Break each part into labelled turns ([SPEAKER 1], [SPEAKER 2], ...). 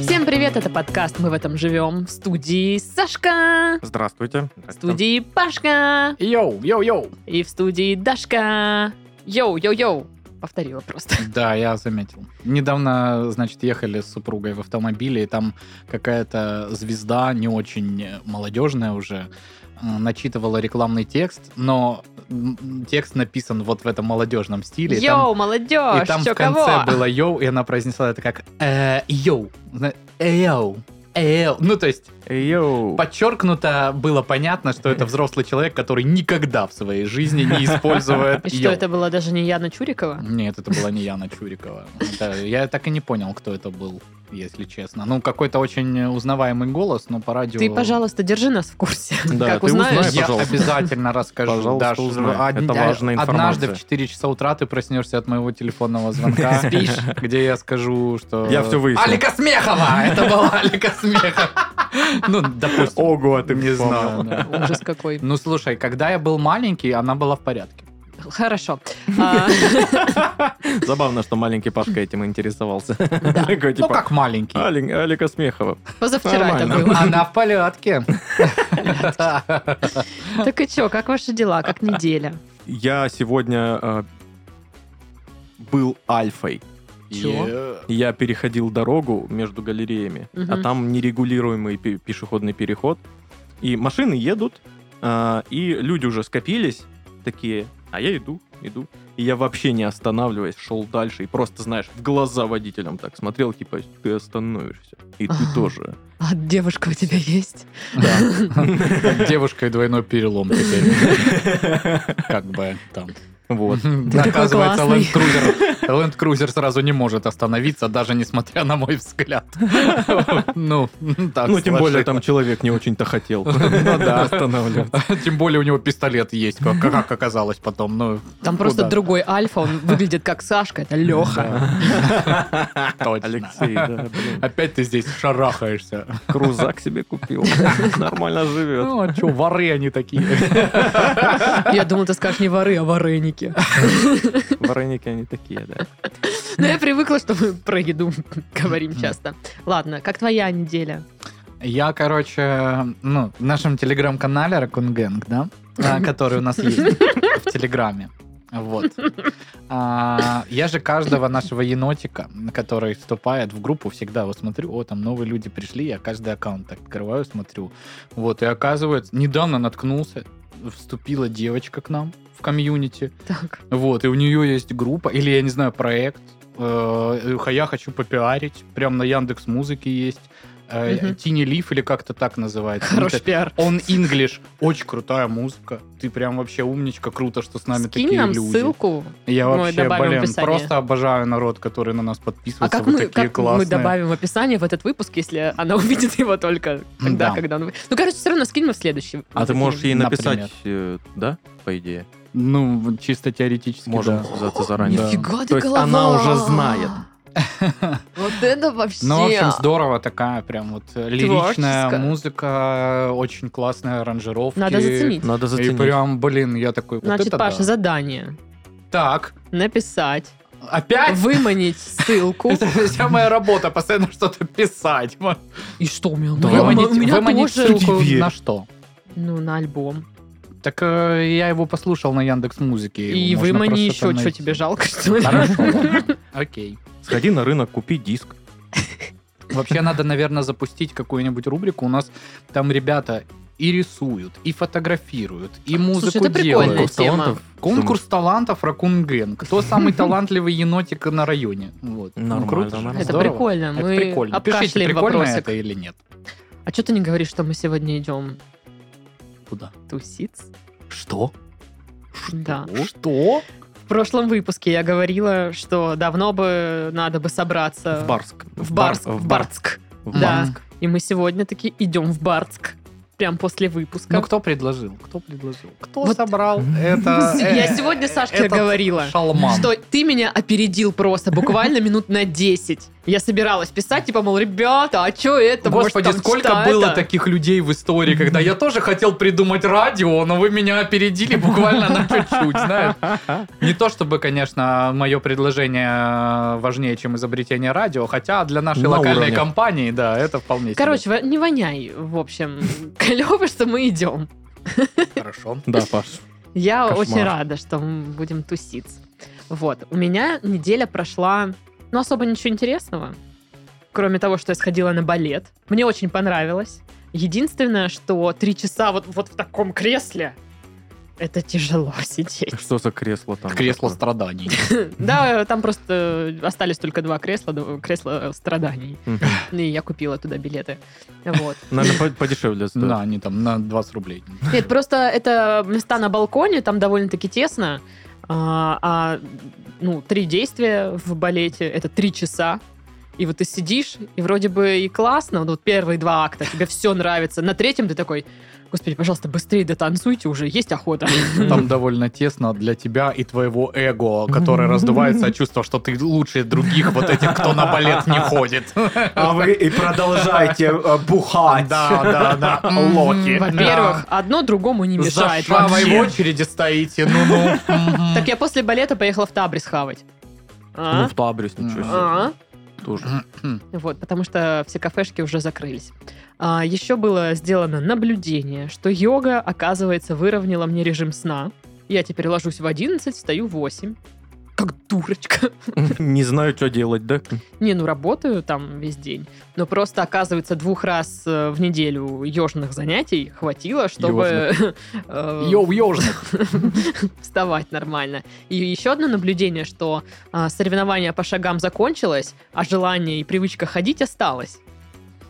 [SPEAKER 1] Всем привет, это подкаст «Мы в этом живем» в студии Сашка,
[SPEAKER 2] Здравствуйте.
[SPEAKER 1] в студии Пашка
[SPEAKER 3] Йоу, йоу, йоу.
[SPEAKER 1] и в студии Дашка. Йоу-йоу-йоу. Повторила просто.
[SPEAKER 3] Да, я заметил. Недавно, значит, ехали с супругой в автомобиле, и там какая-то звезда, не очень молодежная уже, э, начитывала рекламный текст, но м, текст написан вот в этом молодежном стиле. и там-
[SPEAKER 1] Йоу, молодежь,
[SPEAKER 3] и там
[SPEAKER 1] чё,
[SPEAKER 3] в конце
[SPEAKER 1] кого?
[SPEAKER 3] было йоу, и она произнесла это как э, йоу, зна- эйоу, эйоу. Ну, то есть
[SPEAKER 2] Йоу.
[SPEAKER 3] подчеркнуто было понятно, что это взрослый человек, который никогда в своей жизни не использует
[SPEAKER 1] И что
[SPEAKER 3] «йоу».
[SPEAKER 1] это было даже не Яна Чурикова?
[SPEAKER 3] Нет, это была не Яна Чурикова. Это- я так и не понял, кто это был, если честно. Ну, какой-то очень узнаваемый голос, но по радио...
[SPEAKER 1] Ты, пожалуйста, держи нас в курсе.
[SPEAKER 2] Да,
[SPEAKER 1] Как
[SPEAKER 2] ты
[SPEAKER 1] узнаешь?
[SPEAKER 2] узнай,
[SPEAKER 3] Я
[SPEAKER 2] пожалуйста.
[SPEAKER 3] обязательно расскажу.
[SPEAKER 2] Пожалуйста,
[SPEAKER 3] Даш.
[SPEAKER 2] узнай.
[SPEAKER 3] Од-
[SPEAKER 2] Это важная
[SPEAKER 3] Однажды
[SPEAKER 2] информация.
[SPEAKER 3] в 4 часа утра ты проснешься от моего телефонного звонка, где я скажу, что...
[SPEAKER 2] Я всё выяснил.
[SPEAKER 3] Алика Смехова! Это была Алика Смехова. Ну, допустим.
[SPEAKER 2] Ого, а ты
[SPEAKER 3] Не
[SPEAKER 2] вспомнил.
[SPEAKER 3] знаю. да.
[SPEAKER 1] Ужас какой.
[SPEAKER 3] Ну, слушай, когда я был маленький, она была в порядке.
[SPEAKER 1] Хорошо. А,
[SPEAKER 2] Забавно, что маленький Пашка этим интересовался. Такой
[SPEAKER 3] Ну,
[SPEAKER 2] типа
[SPEAKER 3] как маленький.
[SPEAKER 2] «Али- Алика Смехова.
[SPEAKER 1] Позавчера это
[SPEAKER 2] Нормально.
[SPEAKER 1] было.
[SPEAKER 3] Она в порядке.
[SPEAKER 1] Так и чё, как ваши дела, как неделя?
[SPEAKER 2] Я сегодня э, был альфой.
[SPEAKER 1] Чего?
[SPEAKER 2] Я переходил дорогу между галереями,
[SPEAKER 1] Мгм.
[SPEAKER 2] а там нерегулируемый пе- пешеходный переход. И машины едут, а, и люди уже скопились, такие, а я иду, иду. И я вообще не останавливаясь, шел дальше и просто, знаешь, в глаза водителям так смотрел, типа, ты остановишься. И ты
[SPEAKER 1] Ага.
[SPEAKER 2] тоже.
[SPEAKER 1] А девушка у тебя есть?
[SPEAKER 3] Да. Девушка и двойной перелом теперь. Как бы там.
[SPEAKER 2] Вот.
[SPEAKER 1] такой
[SPEAKER 3] Оказывается,
[SPEAKER 1] классный.
[SPEAKER 3] Land Cruiser, Land Cruiser сразу не может остановиться, даже несмотря на мой взгляд. Ну, так
[SPEAKER 2] Ну, тем более,
[SPEAKER 3] сложилось.
[SPEAKER 2] там человек не очень-то хотел
[SPEAKER 3] Ну да.
[SPEAKER 2] останавливаться.
[SPEAKER 3] Тем более у него пистолет есть, как- как оказалось потом. Ну,
[SPEAKER 1] Там просто
[SPEAKER 3] куда?
[SPEAKER 1] другой альфа, он выглядит как Сашка, это Леха.
[SPEAKER 3] Точно.
[SPEAKER 2] Алексей, да, блин.
[SPEAKER 3] Опять ты здесь шарахаешься.
[SPEAKER 2] Крузак себе купил. Нормально живет.
[SPEAKER 3] Ну, а что, воры они такие.
[SPEAKER 1] Я думал, ты скажешь не воры, а вареники.
[SPEAKER 2] Вороники они такие, да.
[SPEAKER 1] Но я привыкла, что мы про еду говорим часто. Ладно, как твоя неделя?
[SPEAKER 3] Я, короче, ну, в нашем телеграм-канале Ракунгэнг, да, а, который у нас есть в телеграме. Вот. А, я же каждого нашего енотика, который вступает в группу, всегда вот смотрю, о, там новые люди пришли, я каждый аккаунт так открываю, смотрю. Вот, и оказывается, недавно наткнулся, вступила девочка к нам в комьюнити,
[SPEAKER 1] Так.
[SPEAKER 3] вот, и у нее есть группа, или, я не знаю, проект. э, Я хочу попиарить. Прям на Яндекс Музыке есть. э,
[SPEAKER 1] Мгм.
[SPEAKER 3] Тини Лиф или как-то так называется.
[SPEAKER 1] Хороший
[SPEAKER 3] Это
[SPEAKER 1] пиар.
[SPEAKER 3] Он English. Очень крутая музыка. Ты прям вообще умничка. Круто, что с нами
[SPEAKER 1] Скинь
[SPEAKER 3] такие
[SPEAKER 1] нам
[SPEAKER 3] люди.
[SPEAKER 1] ссылку.
[SPEAKER 3] Я
[SPEAKER 1] Мы
[SPEAKER 3] вообще,
[SPEAKER 1] добавим в
[SPEAKER 3] блин,
[SPEAKER 1] описание.
[SPEAKER 3] просто обожаю народ, который на нас подписывается.
[SPEAKER 1] А как
[SPEAKER 3] Вы
[SPEAKER 1] мы,
[SPEAKER 3] такие
[SPEAKER 1] как мы
[SPEAKER 3] классные.
[SPEAKER 1] добавим в описание в этот выпуск, если она увидит его только тогда,
[SPEAKER 3] Да.
[SPEAKER 1] когда он... вы- Ну, короче, все равно скинем в следующий.
[SPEAKER 2] А ты можешь ей
[SPEAKER 3] Например.
[SPEAKER 2] написать, э, да, по идее?
[SPEAKER 3] Ну, чисто теоретически,
[SPEAKER 2] Можем
[SPEAKER 3] да.
[SPEAKER 2] связаться заранее.
[SPEAKER 3] Да.
[SPEAKER 1] Нифига ты
[SPEAKER 2] То есть
[SPEAKER 1] голова!
[SPEAKER 2] она уже знает.
[SPEAKER 1] Вот это вообще!
[SPEAKER 3] Ну, в общем, здорово такая прям вот э, лиричная
[SPEAKER 1] Творческая.
[SPEAKER 3] музыка, очень классная аранжировка.
[SPEAKER 1] Надо заценить.
[SPEAKER 2] Надо
[SPEAKER 3] И
[SPEAKER 2] заценить.
[SPEAKER 3] прям, блин, я такой, вот
[SPEAKER 1] Значит,
[SPEAKER 3] это
[SPEAKER 1] Паша,
[SPEAKER 3] да.
[SPEAKER 1] задание.
[SPEAKER 3] Так,
[SPEAKER 1] Написать,
[SPEAKER 3] опять?
[SPEAKER 1] выманить ссылку.
[SPEAKER 3] Это вся моя работа, постоянно что-то писать.
[SPEAKER 1] И что у
[SPEAKER 3] Ну,
[SPEAKER 1] меня?
[SPEAKER 2] Да.
[SPEAKER 1] У меня-
[SPEAKER 3] Выманить-
[SPEAKER 1] у меня
[SPEAKER 3] выманить
[SPEAKER 1] тоже-
[SPEAKER 3] ссылку
[SPEAKER 2] Дверь.
[SPEAKER 3] на что?
[SPEAKER 1] Ну, на альбом.
[SPEAKER 3] Так э, я его послушал на Яндекс Музыке.
[SPEAKER 1] И вымани еще, что тебе жалко, что ли?
[SPEAKER 3] Хорошо, ладно. окей.
[SPEAKER 2] Сходи на рынок, купи диск.
[SPEAKER 3] Вообще надо, наверное, запустить какую-нибудь рубрику. У нас там ребята и рисуют, и фотографируют, и музыку
[SPEAKER 1] это прикольная
[SPEAKER 3] делают.
[SPEAKER 1] Конкурс тема. талантов.
[SPEAKER 3] Конкурс талантов Ракун Гэн. Кто самый талантливый енотик на районе? Вот. Ну,
[SPEAKER 2] Нормально,
[SPEAKER 3] круто же,
[SPEAKER 2] нормально.
[SPEAKER 1] Это
[SPEAKER 3] здорово.
[SPEAKER 1] прикольно.
[SPEAKER 3] Это
[SPEAKER 1] Мы
[SPEAKER 3] прикольно. Пишите,
[SPEAKER 1] обкашляем
[SPEAKER 3] прикольно
[SPEAKER 1] вопросик.
[SPEAKER 3] это или нет.
[SPEAKER 1] А что ты не говоришь, что мы сегодня идем
[SPEAKER 3] Куда?
[SPEAKER 1] тусиц?
[SPEAKER 3] Что?
[SPEAKER 1] Да.
[SPEAKER 3] Что?
[SPEAKER 1] В прошлом выпуске я говорила, что давно бы надо бы собраться
[SPEAKER 2] В Барск.
[SPEAKER 3] Ну,
[SPEAKER 1] в
[SPEAKER 2] Бар-
[SPEAKER 1] Барск.
[SPEAKER 2] В
[SPEAKER 1] В
[SPEAKER 2] Барск.
[SPEAKER 1] Барск.
[SPEAKER 2] В
[SPEAKER 1] Да.
[SPEAKER 2] Барск.
[SPEAKER 1] И мы сегодня таки идем в Барск. Прям после выпуска.
[SPEAKER 3] Ну, кто предложил? Кто предложил? Кто
[SPEAKER 1] Вот-
[SPEAKER 3] собрал это? э,
[SPEAKER 1] Я сегодня Сашке
[SPEAKER 3] этот
[SPEAKER 1] говорила,
[SPEAKER 3] Шалман.
[SPEAKER 1] что ты меня опередил просто буквально минут на 10. Я собиралась писать, типа, мол, ребята, а чё это? Может,
[SPEAKER 3] Господи,
[SPEAKER 1] там
[SPEAKER 3] сколько
[SPEAKER 1] что
[SPEAKER 3] было
[SPEAKER 1] это?
[SPEAKER 3] таких людей в истории, когда я тоже хотел придумать радио, но вы меня опередили буквально на чуть-чуть, знаешь. Не то чтобы, конечно, мое предложение важнее, чем изобретение радио, хотя для нашей
[SPEAKER 2] На
[SPEAKER 3] локальной
[SPEAKER 2] уровне.
[SPEAKER 3] компании, да, это вполне себе.
[SPEAKER 1] Короче, во- не воняй, в общем. Клево, что мы идем.
[SPEAKER 3] хорошо.
[SPEAKER 2] Да, Паш.
[SPEAKER 1] Я
[SPEAKER 2] Кошмар.
[SPEAKER 1] очень рада, что мы будем туситься. Вот. У меня неделя прошла, ну, особо ничего интересного. Кроме того, что я сходила на балет. Мне очень понравилось. Единственное, что три часа вот, вот в таком кресле, это тяжело сидеть.
[SPEAKER 2] Что за кресло там?
[SPEAKER 3] Кресло
[SPEAKER 2] такое?
[SPEAKER 3] страданий.
[SPEAKER 1] Да, там просто остались только два кресла, дв- кресла страданий.
[SPEAKER 2] Мгм.
[SPEAKER 1] И я купила туда билеты. Вот.
[SPEAKER 2] Наверное, по- подешевле стоит.
[SPEAKER 3] Да, они там на 20 рублей.
[SPEAKER 1] Нет, просто это места на балконе, там довольно-таки тесно. А, а, ну, три действия в балете это три часа. И вот ты сидишь, и вроде бы и классно, ну, вот первые два акта, тебе все нравится. На третьем ты такой, господи, пожалуйста, быстрее дотанцуйте уже, есть охота.
[SPEAKER 3] Там довольно тесно для тебя и твоего эго, которое раздувается от чувства, что ты лучше других вот этих, кто на балет не ходит.
[SPEAKER 4] А вы и продолжаете э,
[SPEAKER 3] Да,
[SPEAKER 4] бухать.
[SPEAKER 3] да, да. Локи.
[SPEAKER 1] Во-первых, одно другому не
[SPEAKER 3] За
[SPEAKER 1] мешает
[SPEAKER 3] шваброй в
[SPEAKER 1] вообще.
[SPEAKER 3] очереди стоите, ну-ну. Мгм.
[SPEAKER 1] Так я после балета поехала в Табрис хавать. А?
[SPEAKER 2] Ну, в Табрис, ничего себе.
[SPEAKER 1] А?
[SPEAKER 2] Тоже.
[SPEAKER 1] Вот, потому что все кафешки уже закрылись. А, еще было сделано наблюдение, что йога, оказывается, выровняла мне режим сна. Я теперь ложусь в 11, встаю в 8. Как дурочка.
[SPEAKER 2] Не знаю, что делать, да?
[SPEAKER 1] Не, ну работаю там весь день. Но просто, оказывается, двух раз э, в неделю ежных занятий хватило, чтобы э,
[SPEAKER 3] Йоу, ёжик.
[SPEAKER 1] вставать нормально. И еще одно наблюдение, что а, соревнование по шагам закончилось, а желание и привычка ходить осталось.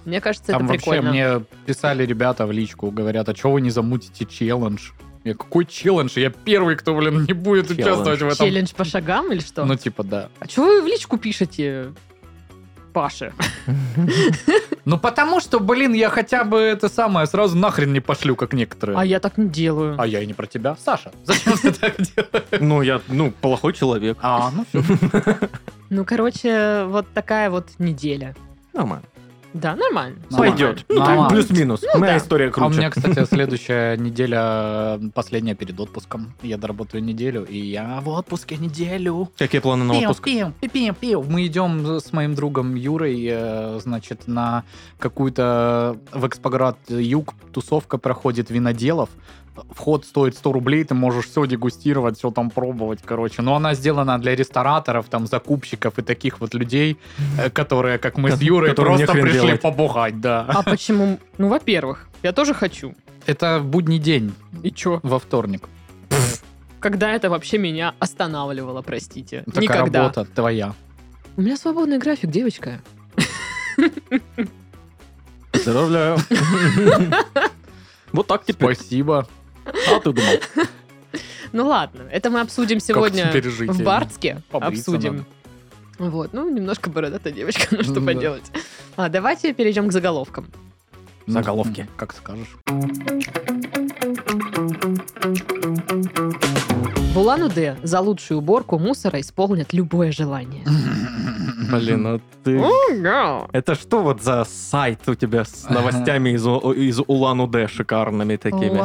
[SPEAKER 1] Мне кажется,
[SPEAKER 3] Там
[SPEAKER 1] это
[SPEAKER 3] вообще
[SPEAKER 1] прикольно.
[SPEAKER 3] мне писали ребята в личку, говорят, а чего вы не замутите челлендж? Я какой челлендж? Я первый, кто, блин, не будет
[SPEAKER 2] Челлендж.
[SPEAKER 3] участвовать в этом.
[SPEAKER 1] Челлендж по шагам или что?
[SPEAKER 3] Ну, типа, да.
[SPEAKER 1] А чего вы в личку пишете, Паша?
[SPEAKER 3] Ну, потому что, блин, я хотя бы это самое сразу нахрен не пошлю, как некоторые.
[SPEAKER 1] А я так не делаю.
[SPEAKER 3] А я и не про тебя. Саша, зачем ты так делаешь?
[SPEAKER 2] Ну, я, ну, плохой человек.
[SPEAKER 3] А, ну все.
[SPEAKER 1] Ну, короче, вот такая вот неделя.
[SPEAKER 2] Нормально.
[SPEAKER 1] Да, нормально.
[SPEAKER 3] Нормально.
[SPEAKER 2] Пойдет. Ну,
[SPEAKER 3] Нормально.
[SPEAKER 2] так, плюс-минус.
[SPEAKER 1] Ну,
[SPEAKER 2] Моя
[SPEAKER 1] да.
[SPEAKER 2] история
[SPEAKER 3] А у меня,
[SPEAKER 2] круче.
[SPEAKER 3] кстати, следующая неделя, последняя перед отпуском. Я доработаю неделю, и я в отпуске неделю.
[SPEAKER 2] Какие планы на
[SPEAKER 3] Пиу,
[SPEAKER 2] отпуск?
[SPEAKER 3] пиу, пи- пиу, пиу. Мы идем с моим другом Юрой, э, значит, на какую-то э, в Экспоград Юг тусовка проходит виноделов. Вход стоит 100 рублей, ты можешь все дегустировать, все там пробовать, короче. Но она сделана для рестораторов, там, закупщиков и таких вот людей, э, которые, как мы с
[SPEAKER 2] Ко-
[SPEAKER 3] Юрой,
[SPEAKER 2] которым
[SPEAKER 3] просто
[SPEAKER 2] нехрен
[SPEAKER 3] пришли
[SPEAKER 2] делать.
[SPEAKER 3] побухать, да.
[SPEAKER 1] А почему? Ну, во-первых, я тоже хочу.
[SPEAKER 3] Это будний день,
[SPEAKER 1] И чё?
[SPEAKER 3] во вторник.
[SPEAKER 1] Когда это вообще меня останавливало, простите?
[SPEAKER 3] Такая
[SPEAKER 1] Никогда.
[SPEAKER 3] Ну, а работа твоя.
[SPEAKER 1] У меня свободный график, девочка.
[SPEAKER 2] Поздравляю. Вот так теперь.
[SPEAKER 3] Спасибо.
[SPEAKER 2] А ты думал?
[SPEAKER 1] Ну ладно, это мы обсудим сегодня
[SPEAKER 3] теперь жить,
[SPEAKER 1] в
[SPEAKER 3] я
[SPEAKER 1] Бартске.
[SPEAKER 3] побриться
[SPEAKER 1] Обсудим. Вот, ну, немножко бородатая девочка, ну что
[SPEAKER 3] М-да.
[SPEAKER 1] поделать. А давайте перейдем к заголовкам.
[SPEAKER 2] Заголовки.
[SPEAKER 3] М, Как скажешь.
[SPEAKER 1] В Улан-Удэ за лучшую уборку мусора исполнят любое желание.
[SPEAKER 2] Блин, а ты... Это что вот за сайт у тебя с новостями из, У- из Улан-Удэ шикарными такими?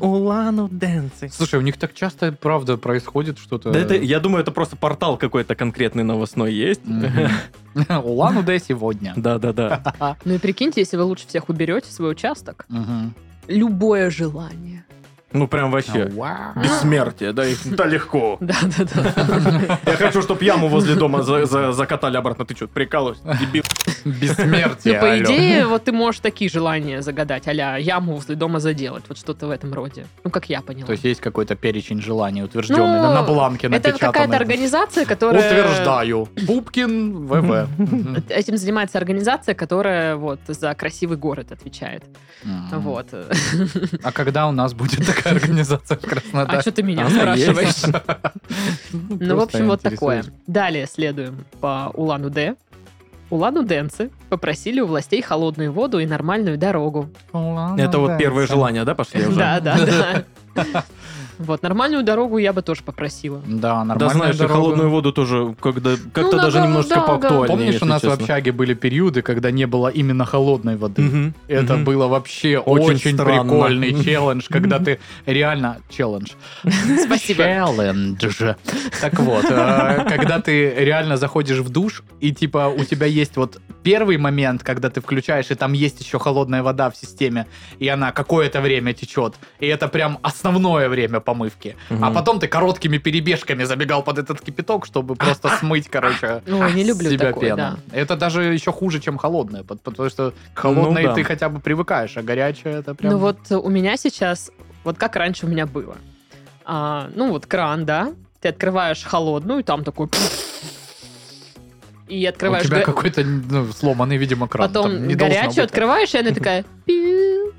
[SPEAKER 2] Улан-Удэнцы.
[SPEAKER 3] Слушай, у них так часто, правда, происходит что-то.
[SPEAKER 2] Да это, я думаю, это просто портал какой-то конкретный новостной есть.
[SPEAKER 3] Улан Удэ сегодня.
[SPEAKER 2] Да-да-да.
[SPEAKER 1] Ну и прикиньте, если вы лучше всех уберете свой участок,
[SPEAKER 3] Мгм.
[SPEAKER 1] любое желание.
[SPEAKER 2] Ну прям вообще.
[SPEAKER 3] Вау.
[SPEAKER 2] Бессмертие, да, и- да легко.
[SPEAKER 1] Да-да-да.
[SPEAKER 2] Я хочу, чтобы яму возле дома за- за- закатали обратно. Ты что, прикалываешься? Дебил.
[SPEAKER 1] Ну,
[SPEAKER 3] Бессмертие.
[SPEAKER 1] по
[SPEAKER 3] алло.
[SPEAKER 1] идее, вот ты можешь такие желания загадать, а яму возле дома заделать, вот что-то в этом роде. Ну, как я поняла.
[SPEAKER 3] То есть есть какой-то перечень желаний, утвержденный
[SPEAKER 1] Ну,
[SPEAKER 3] на на бланке
[SPEAKER 1] Это какая-то
[SPEAKER 3] напечатанный.
[SPEAKER 1] организация, которая...
[SPEAKER 3] Утверждаю. Пупкин ВВ. Мгм.
[SPEAKER 1] Этим занимается организация, которая вот за красивый город отвечает.
[SPEAKER 3] Мгм.
[SPEAKER 1] Вот.
[SPEAKER 3] А когда у нас будет такая организация в
[SPEAKER 1] А
[SPEAKER 3] Краснодаре?
[SPEAKER 1] что ты меня
[SPEAKER 2] Она есть.
[SPEAKER 1] спрашиваешь? Ну, в
[SPEAKER 3] Просто
[SPEAKER 1] общем, вот такое.
[SPEAKER 3] интересуюсь.
[SPEAKER 1] Далее следуем по Улан-Удэ. Улан-Удэнцы попросили у властей холодную воду и нормальную дорогу.
[SPEAKER 3] Улан
[SPEAKER 2] Это вот первое
[SPEAKER 3] Удэ.
[SPEAKER 2] желание, да, пошли уже?
[SPEAKER 1] Да, да, да. Вот, нормальную дорогу я бы тоже попросила.
[SPEAKER 3] Да,
[SPEAKER 2] Да
[SPEAKER 3] нормально.
[SPEAKER 2] знаешь, и холодную воду тоже когда, как-то
[SPEAKER 1] Ну, да,
[SPEAKER 2] даже
[SPEAKER 1] да,
[SPEAKER 2] немножко
[SPEAKER 1] да, да.
[SPEAKER 2] поактуальнее,
[SPEAKER 3] Помнишь,
[SPEAKER 2] если
[SPEAKER 3] у нас в
[SPEAKER 2] честно.
[SPEAKER 3] общаге были периоды, когда не было именно холодной воды?
[SPEAKER 2] Мгм,
[SPEAKER 3] Это
[SPEAKER 2] мгм.
[SPEAKER 3] было вообще
[SPEAKER 2] Очень
[SPEAKER 3] очень,
[SPEAKER 2] странно.
[SPEAKER 3] прикольный челлендж, когда ты реально челлендж.
[SPEAKER 1] Спасибо.
[SPEAKER 3] Челлендж. Так вот, э, когда ты реально заходишь в душ, и типа у тебя есть вот первый момент, когда ты включаешь, и там есть еще холодная вода в системе, и она какое-то время течет. И это прям основное время помывки. А
[SPEAKER 2] Мгм.
[SPEAKER 3] потом ты короткими перебежками забегал под этот кипяток, чтобы просто смыть, короче,
[SPEAKER 1] Ой, Ну, не
[SPEAKER 3] с
[SPEAKER 1] люблю
[SPEAKER 3] себя
[SPEAKER 1] такое,
[SPEAKER 3] пену.
[SPEAKER 1] да.
[SPEAKER 3] Это даже еще хуже, чем холодное, пот- потому что к холодной
[SPEAKER 2] Ну да.
[SPEAKER 3] ты хотя бы привыкаешь, а горячее это прям...
[SPEAKER 1] Ну вот э, у меня сейчас, вот как раньше у меня было. А, ну вот кран, да, ты открываешь холодную, и там такой... И
[SPEAKER 3] у
[SPEAKER 1] открываешь...
[SPEAKER 3] тебя
[SPEAKER 1] го-
[SPEAKER 3] какой-то ну, сломанный, видимо, кран.
[SPEAKER 1] Потом
[SPEAKER 3] там не должно
[SPEAKER 1] горячую
[SPEAKER 3] быть.
[SPEAKER 1] открываешь, и она такая... «Пиу».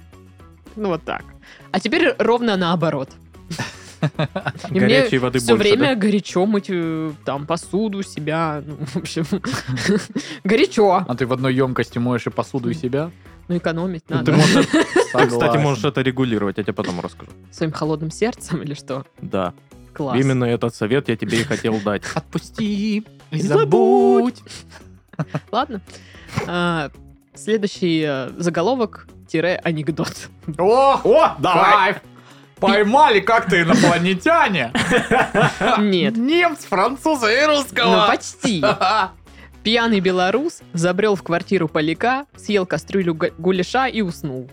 [SPEAKER 1] Ну вот так. А теперь ровно наоборот. И мне
[SPEAKER 2] Горячей воды
[SPEAKER 1] все
[SPEAKER 2] больше,
[SPEAKER 1] время горячо мыть э, там посуду, себя, ну, в общем, горячо.
[SPEAKER 3] А ты в одной емкости моешь и посуду, и себя?
[SPEAKER 1] Ну, экономить
[SPEAKER 2] да?
[SPEAKER 1] надо.
[SPEAKER 2] Ты можешь- ты, кстати,
[SPEAKER 3] Согласен.
[SPEAKER 2] можешь это регулировать, я тебе потом расскажу.
[SPEAKER 1] Своим холодным сердцем или что?
[SPEAKER 2] Да,
[SPEAKER 1] Класс.
[SPEAKER 2] именно этот совет я тебе и хотел дать.
[SPEAKER 3] Отпусти и
[SPEAKER 1] забудь.
[SPEAKER 3] забудь.
[SPEAKER 1] Ладно. А, Следующий э, заголовок тире анекдот.
[SPEAKER 3] О, о,
[SPEAKER 4] давай.
[SPEAKER 3] кайф. Поймали как-то инопланетяне.
[SPEAKER 1] Нет.
[SPEAKER 3] Немц, француза и
[SPEAKER 1] Ну,
[SPEAKER 3] русского.
[SPEAKER 1] почти. Пьяный белорус забрел в квартиру поляка, съел кастрюлю га- гуляша и уснул.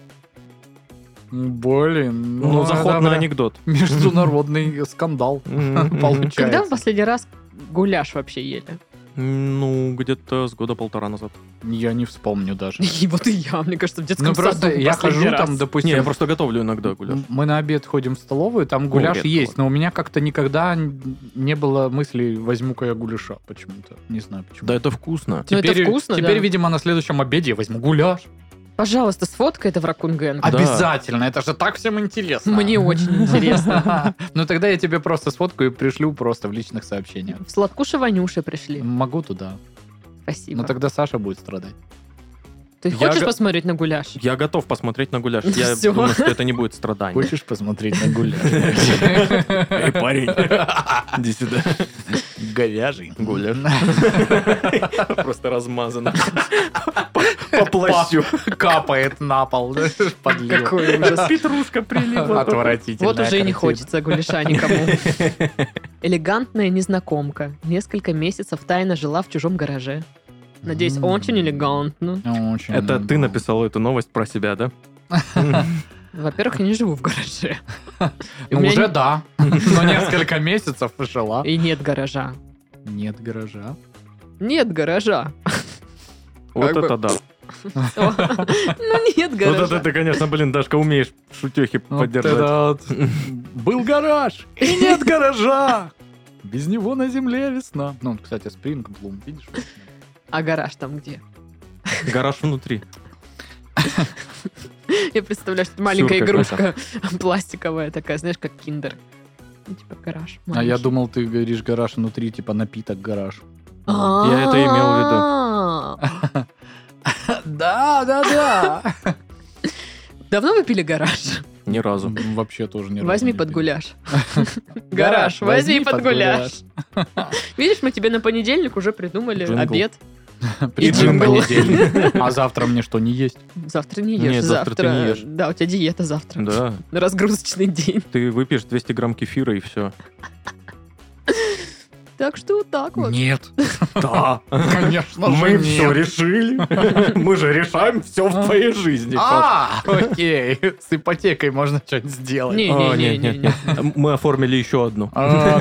[SPEAKER 3] Блин.
[SPEAKER 2] Ну, заход
[SPEAKER 3] это
[SPEAKER 2] на
[SPEAKER 3] прям
[SPEAKER 2] анекдот.
[SPEAKER 3] Международный скандал
[SPEAKER 2] Мгм.
[SPEAKER 1] Когда вы
[SPEAKER 3] получается.
[SPEAKER 1] последний раз гуляш вообще ели?
[SPEAKER 2] Ну, где-то с года полтора назад.
[SPEAKER 3] Я не вспомню даже.
[SPEAKER 1] И вот и я, мне кажется, в детском
[SPEAKER 3] Ну, просто
[SPEAKER 1] саду
[SPEAKER 3] я
[SPEAKER 1] последний
[SPEAKER 3] хожу
[SPEAKER 1] раз.
[SPEAKER 3] там,
[SPEAKER 2] Не, я
[SPEAKER 3] допустим,
[SPEAKER 2] просто готовлю иногда гуляш.
[SPEAKER 3] Мы на обед ходим в столовую, там гуляш
[SPEAKER 2] редко
[SPEAKER 3] есть,
[SPEAKER 2] вот.
[SPEAKER 3] но у меня как-то никогда н- не было мысли возьму-ка я гуляша почему-то. Не знаю почему.
[SPEAKER 2] Да это вкусно.
[SPEAKER 1] Ну, это вкусно,
[SPEAKER 3] Теперь,
[SPEAKER 1] да.
[SPEAKER 3] видимо, на следующем обеде я возьму гуляш.
[SPEAKER 1] Пожалуйста, сфоткай это в Ракунгенг.
[SPEAKER 3] А-
[SPEAKER 2] Да.
[SPEAKER 3] Обязательно, это же так всем интересно.
[SPEAKER 1] Мне очень интересно.
[SPEAKER 3] Ну тогда я тебе просто сфоткаю и пришлю просто в личных сообщениях.
[SPEAKER 1] В Сладкуша Ванюши пришли.
[SPEAKER 3] Могу туда.
[SPEAKER 1] Спасибо.
[SPEAKER 3] Но тогда Саша будет страдать.
[SPEAKER 1] Ты
[SPEAKER 2] я
[SPEAKER 1] хочешь
[SPEAKER 2] га-
[SPEAKER 1] посмотреть на гуляш?
[SPEAKER 2] Я готов посмотреть на гуляш. Я
[SPEAKER 1] Всё.
[SPEAKER 2] думаю, что это не будет страданий.
[SPEAKER 3] Хочешь посмотреть на гуляш?
[SPEAKER 2] Эй, парень, иди сюда.
[SPEAKER 3] Говяжий.
[SPEAKER 2] Гуляш. Просто размазано.
[SPEAKER 4] По плащу.
[SPEAKER 3] Капает на пол. да, подлил.
[SPEAKER 1] Какой ужас.
[SPEAKER 2] Петрушка
[SPEAKER 3] А
[SPEAKER 2] прилипла.
[SPEAKER 3] Отвратительная
[SPEAKER 1] Вот уже и не
[SPEAKER 3] картина.
[SPEAKER 1] хочется гуляша никому. Элегантная незнакомка несколько месяцев тайно жила в чужом гараже. Надеюсь,
[SPEAKER 3] М.
[SPEAKER 1] очень элегантно.
[SPEAKER 3] Ну, Очень
[SPEAKER 2] Это ты
[SPEAKER 3] много.
[SPEAKER 2] написал эту новость про себя, да?
[SPEAKER 1] Во-первых, я не живу в гараже. И у
[SPEAKER 3] Ну,
[SPEAKER 1] меня
[SPEAKER 3] уже
[SPEAKER 1] не-
[SPEAKER 3] да. Но несколько месяцев
[SPEAKER 2] А?
[SPEAKER 3] жила.
[SPEAKER 1] И нет гаража.
[SPEAKER 3] Нет гаража.
[SPEAKER 1] Нет гаража.
[SPEAKER 2] Вот
[SPEAKER 3] Как бы-
[SPEAKER 2] это да.
[SPEAKER 1] Всё. Ну нет
[SPEAKER 2] Вот это
[SPEAKER 1] гаража.
[SPEAKER 2] ты, конечно, блин, Дашка, умеешь шутехи поддержать.
[SPEAKER 3] Был гараж, и нет гаража. Без него на земле весна. Ну, кстати, Спрингблум, видишь?
[SPEAKER 1] А гараж там где?
[SPEAKER 2] Гараж внутри.
[SPEAKER 1] Я представляю, что это маленькая
[SPEAKER 2] Сюр
[SPEAKER 1] игрушка пластиковая такая, знаешь, как киндер. Ну, Типа гараж.
[SPEAKER 3] А я
[SPEAKER 1] маленький.
[SPEAKER 3] думал, ты говоришь гараж внутри, типа напиток гараж.
[SPEAKER 2] Я это имел в виду.
[SPEAKER 1] А-а-а.
[SPEAKER 3] Да, да, да.
[SPEAKER 1] Давно вы пили гараж?
[SPEAKER 2] Ни разу.
[SPEAKER 3] Вообще тоже не
[SPEAKER 1] Возьми под гуляш. Гараж, возьми под гуляш. Видишь, мы тебе на понедельник уже придумали
[SPEAKER 2] Джингл.
[SPEAKER 1] обед.
[SPEAKER 2] И джингл.
[SPEAKER 3] А завтра мне что, не есть?
[SPEAKER 1] Завтра не
[SPEAKER 2] Не,
[SPEAKER 1] ешь.
[SPEAKER 2] завтра ты не ешь.
[SPEAKER 1] Да, у тебя диета завтра.
[SPEAKER 2] Да.
[SPEAKER 1] На разгрузочный день.
[SPEAKER 2] Ты выпьешь 200 грамм кефира и все.
[SPEAKER 1] Так что вот так вот.
[SPEAKER 3] Нет.
[SPEAKER 4] Да,
[SPEAKER 3] Конечно
[SPEAKER 4] мы
[SPEAKER 3] же
[SPEAKER 4] все
[SPEAKER 3] нет.
[SPEAKER 4] решили. Мы же решаем все в твоей жизни. Паш.
[SPEAKER 3] А, окей. С ипотекой можно что-нибудь сделать.
[SPEAKER 1] А,
[SPEAKER 2] О,
[SPEAKER 1] Не-не-не.
[SPEAKER 2] не. Мы оформили еще одну.
[SPEAKER 3] А,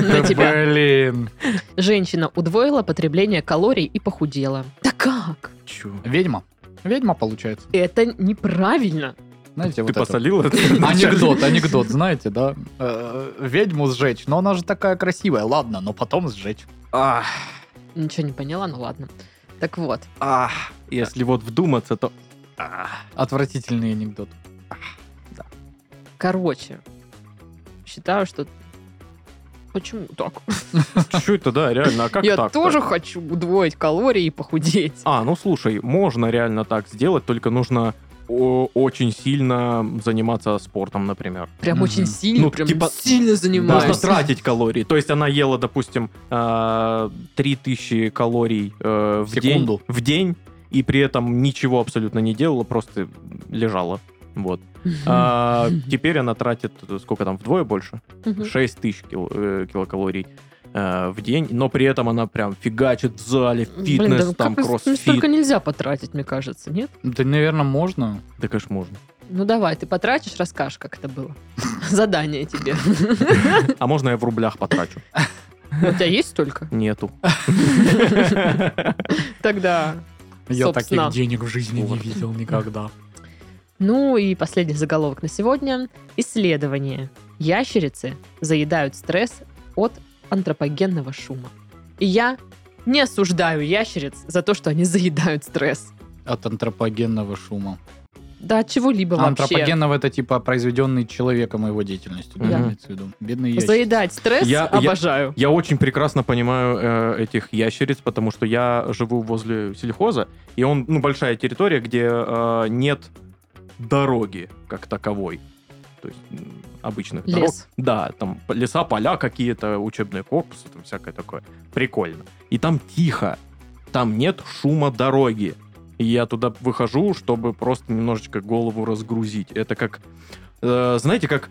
[SPEAKER 1] На
[SPEAKER 3] ты,
[SPEAKER 1] тебя.
[SPEAKER 3] Блин.
[SPEAKER 1] Женщина удвоила потребление калорий и похудела. Да как?
[SPEAKER 2] А Чё?
[SPEAKER 3] Ведьма. Ведьма, получается.
[SPEAKER 1] Это неправильно.
[SPEAKER 3] Знаете,
[SPEAKER 2] Ты
[SPEAKER 3] вот это.
[SPEAKER 2] посолил это?
[SPEAKER 3] Анекдот, анекдот, знаете, да? Э, Ведьму сжечь, но она же такая красивая. Ладно, но потом сжечь.
[SPEAKER 2] Ах,
[SPEAKER 1] Ничего не поняла, ну ладно. Так вот,
[SPEAKER 2] ах. а, Если вот вдуматься, то...
[SPEAKER 3] Отвратительный анекдот.
[SPEAKER 1] короче, считаю, что... Почему так?
[SPEAKER 2] Чё это, да, реально, а как
[SPEAKER 1] Я
[SPEAKER 2] так-то?
[SPEAKER 1] тоже хочу удвоить калории и похудеть.
[SPEAKER 2] А, ну слушай, можно реально так сделать, только нужно о- очень сильно заниматься спортом, например.
[SPEAKER 1] Прям
[SPEAKER 3] Мгм.
[SPEAKER 1] очень сильно,
[SPEAKER 2] Ну,
[SPEAKER 1] прям
[SPEAKER 2] типа,
[SPEAKER 1] сильно
[SPEAKER 2] Можно
[SPEAKER 1] занимаюсь.
[SPEAKER 2] тратить калории. То есть она ела, допустим, э, 3000 калорий э, в,
[SPEAKER 3] В
[SPEAKER 2] день,
[SPEAKER 3] секунду.
[SPEAKER 2] в день, и при этом ничего абсолютно не делала, просто лежала. Вот. А теперь она тратит, э, сколько там, вдвое больше?
[SPEAKER 1] Мгм.
[SPEAKER 2] 6000 кил- э, килокалорий э, в день, но при этом она прям фигачит в зале, в фитнес,
[SPEAKER 1] Блин, да ну
[SPEAKER 2] там,
[SPEAKER 1] как их
[SPEAKER 2] кроссфит.
[SPEAKER 1] столько нельзя потратить, мне кажется, нет?
[SPEAKER 3] Да, наверное, можно.
[SPEAKER 2] Да, конечно, можно.
[SPEAKER 1] Ну давай, ты потратишь, расскажешь, как это было. Задание тебе.
[SPEAKER 2] А можно я в рублях потрачу?
[SPEAKER 1] У тебя есть столько?
[SPEAKER 2] Нету.
[SPEAKER 1] Тогда.
[SPEAKER 4] Я
[SPEAKER 1] Собственно.
[SPEAKER 4] таких денег в жизни не
[SPEAKER 2] Вот.
[SPEAKER 4] видел никогда.
[SPEAKER 1] Ну и последний заголовок на сегодня. Исследование. Ящерицы заедают стресс от антропогенного шума. И я не осуждаю ящериц за то, что они заедают стресс.
[SPEAKER 3] От антропогенного шума.
[SPEAKER 1] Да от чего-либо вообще.
[SPEAKER 3] Антропогенного это типа произведенный человеком его деятельностью. да,
[SPEAKER 1] Да.
[SPEAKER 3] имеется в виду? Бедный ящик.
[SPEAKER 1] Заедать стресс
[SPEAKER 2] Я- я-
[SPEAKER 1] обожаю.
[SPEAKER 2] Я очень прекрасно понимаю э, этих ящериц, потому что я живу возле сельхоза, и он, ну, большая территория, где э, нет дороги как таковой. То есть м, обычных дорог.
[SPEAKER 1] Лес.
[SPEAKER 2] Да, там п- леса, поля какие-то, учебные корпусы, там всякое такое. Прикольно. И там тихо. Там нет шума дороги. И я туда выхожу, чтобы просто немножечко голову разгрузить. Это как, э, знаете, как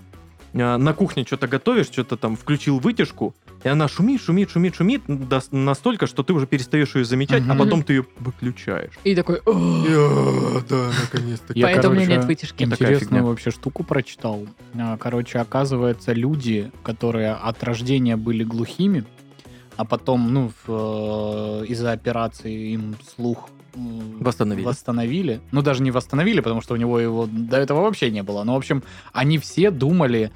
[SPEAKER 2] э, на кухне что-то готовишь, что-то там включил вытяжку, и она шумит, шумит, шумит, шумит до- настолько, что ты уже перестаешь ее замечать, а
[SPEAKER 3] Мгм.
[SPEAKER 2] потом ты ее выключаешь.
[SPEAKER 1] И такой, «Ох».
[SPEAKER 4] Да, наконец-то.
[SPEAKER 3] Я,
[SPEAKER 1] поэтому у меня
[SPEAKER 3] короче,
[SPEAKER 1] нет вытяжки.
[SPEAKER 2] Ну, такая фигня.
[SPEAKER 3] Интересную вообще штуку прочитал. А, Короче, оказывается, люди, которые от рождения были глухими, а потом, ну, в, э, из-за операции им слух м,
[SPEAKER 2] Восстановили.
[SPEAKER 3] восстановили. Ну, даже не восстановили, потому что у него его до этого вообще не было. Но, в общем, они все думали,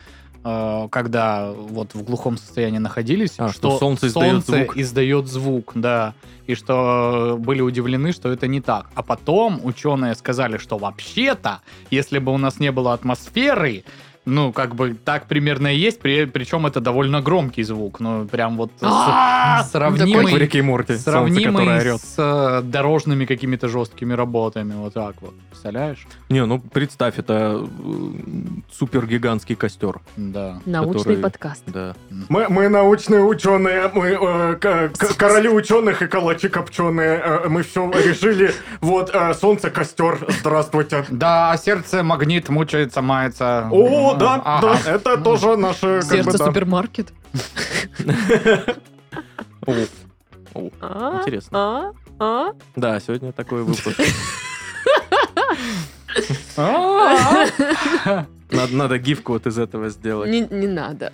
[SPEAKER 3] э, когда вот в глухом состоянии находились,
[SPEAKER 2] А, что солнце издает
[SPEAKER 3] солнце
[SPEAKER 2] звук.
[SPEAKER 3] издает звук, да. И что были удивлены, что это не так. А потом ученые сказали, что вообще-то, если бы у нас не было атмосферы, ну, как бы так примерно и есть, при- причем это довольно громкий звук, ну, прям вот с-
[SPEAKER 1] А,
[SPEAKER 4] Ну,
[SPEAKER 2] Как в
[SPEAKER 3] сравнимый,
[SPEAKER 2] Рике и Морти, солнце, которое
[SPEAKER 3] сравнимый
[SPEAKER 2] орет.
[SPEAKER 3] с э, дорожными какими-то жесткими работами, вот так вот, представляешь?
[SPEAKER 2] Не, ну представь, это э, супер гигантский костер.
[SPEAKER 3] Да.
[SPEAKER 1] Научный
[SPEAKER 2] который-
[SPEAKER 1] подкаст.
[SPEAKER 2] Да.
[SPEAKER 4] Мы, мы научные ученые, мы э, к- к- короли ученых и калачи копченые. э, мы все решили. Вот, э, солнце, костер, здравствуйте.
[SPEAKER 3] Да, а сердце магнит мучается, мается.
[SPEAKER 4] О,
[SPEAKER 3] М,
[SPEAKER 4] да,
[SPEAKER 3] ага.
[SPEAKER 4] да, это тоже наше... как бы,
[SPEAKER 1] Сердце
[SPEAKER 4] да.
[SPEAKER 1] супермаркет.
[SPEAKER 2] О,
[SPEAKER 1] А,
[SPEAKER 2] Интересно.
[SPEAKER 1] а, а.
[SPEAKER 2] Да, сегодня такой выпуск. Надо, надо гифку вот из этого сделать.
[SPEAKER 1] Не, не надо.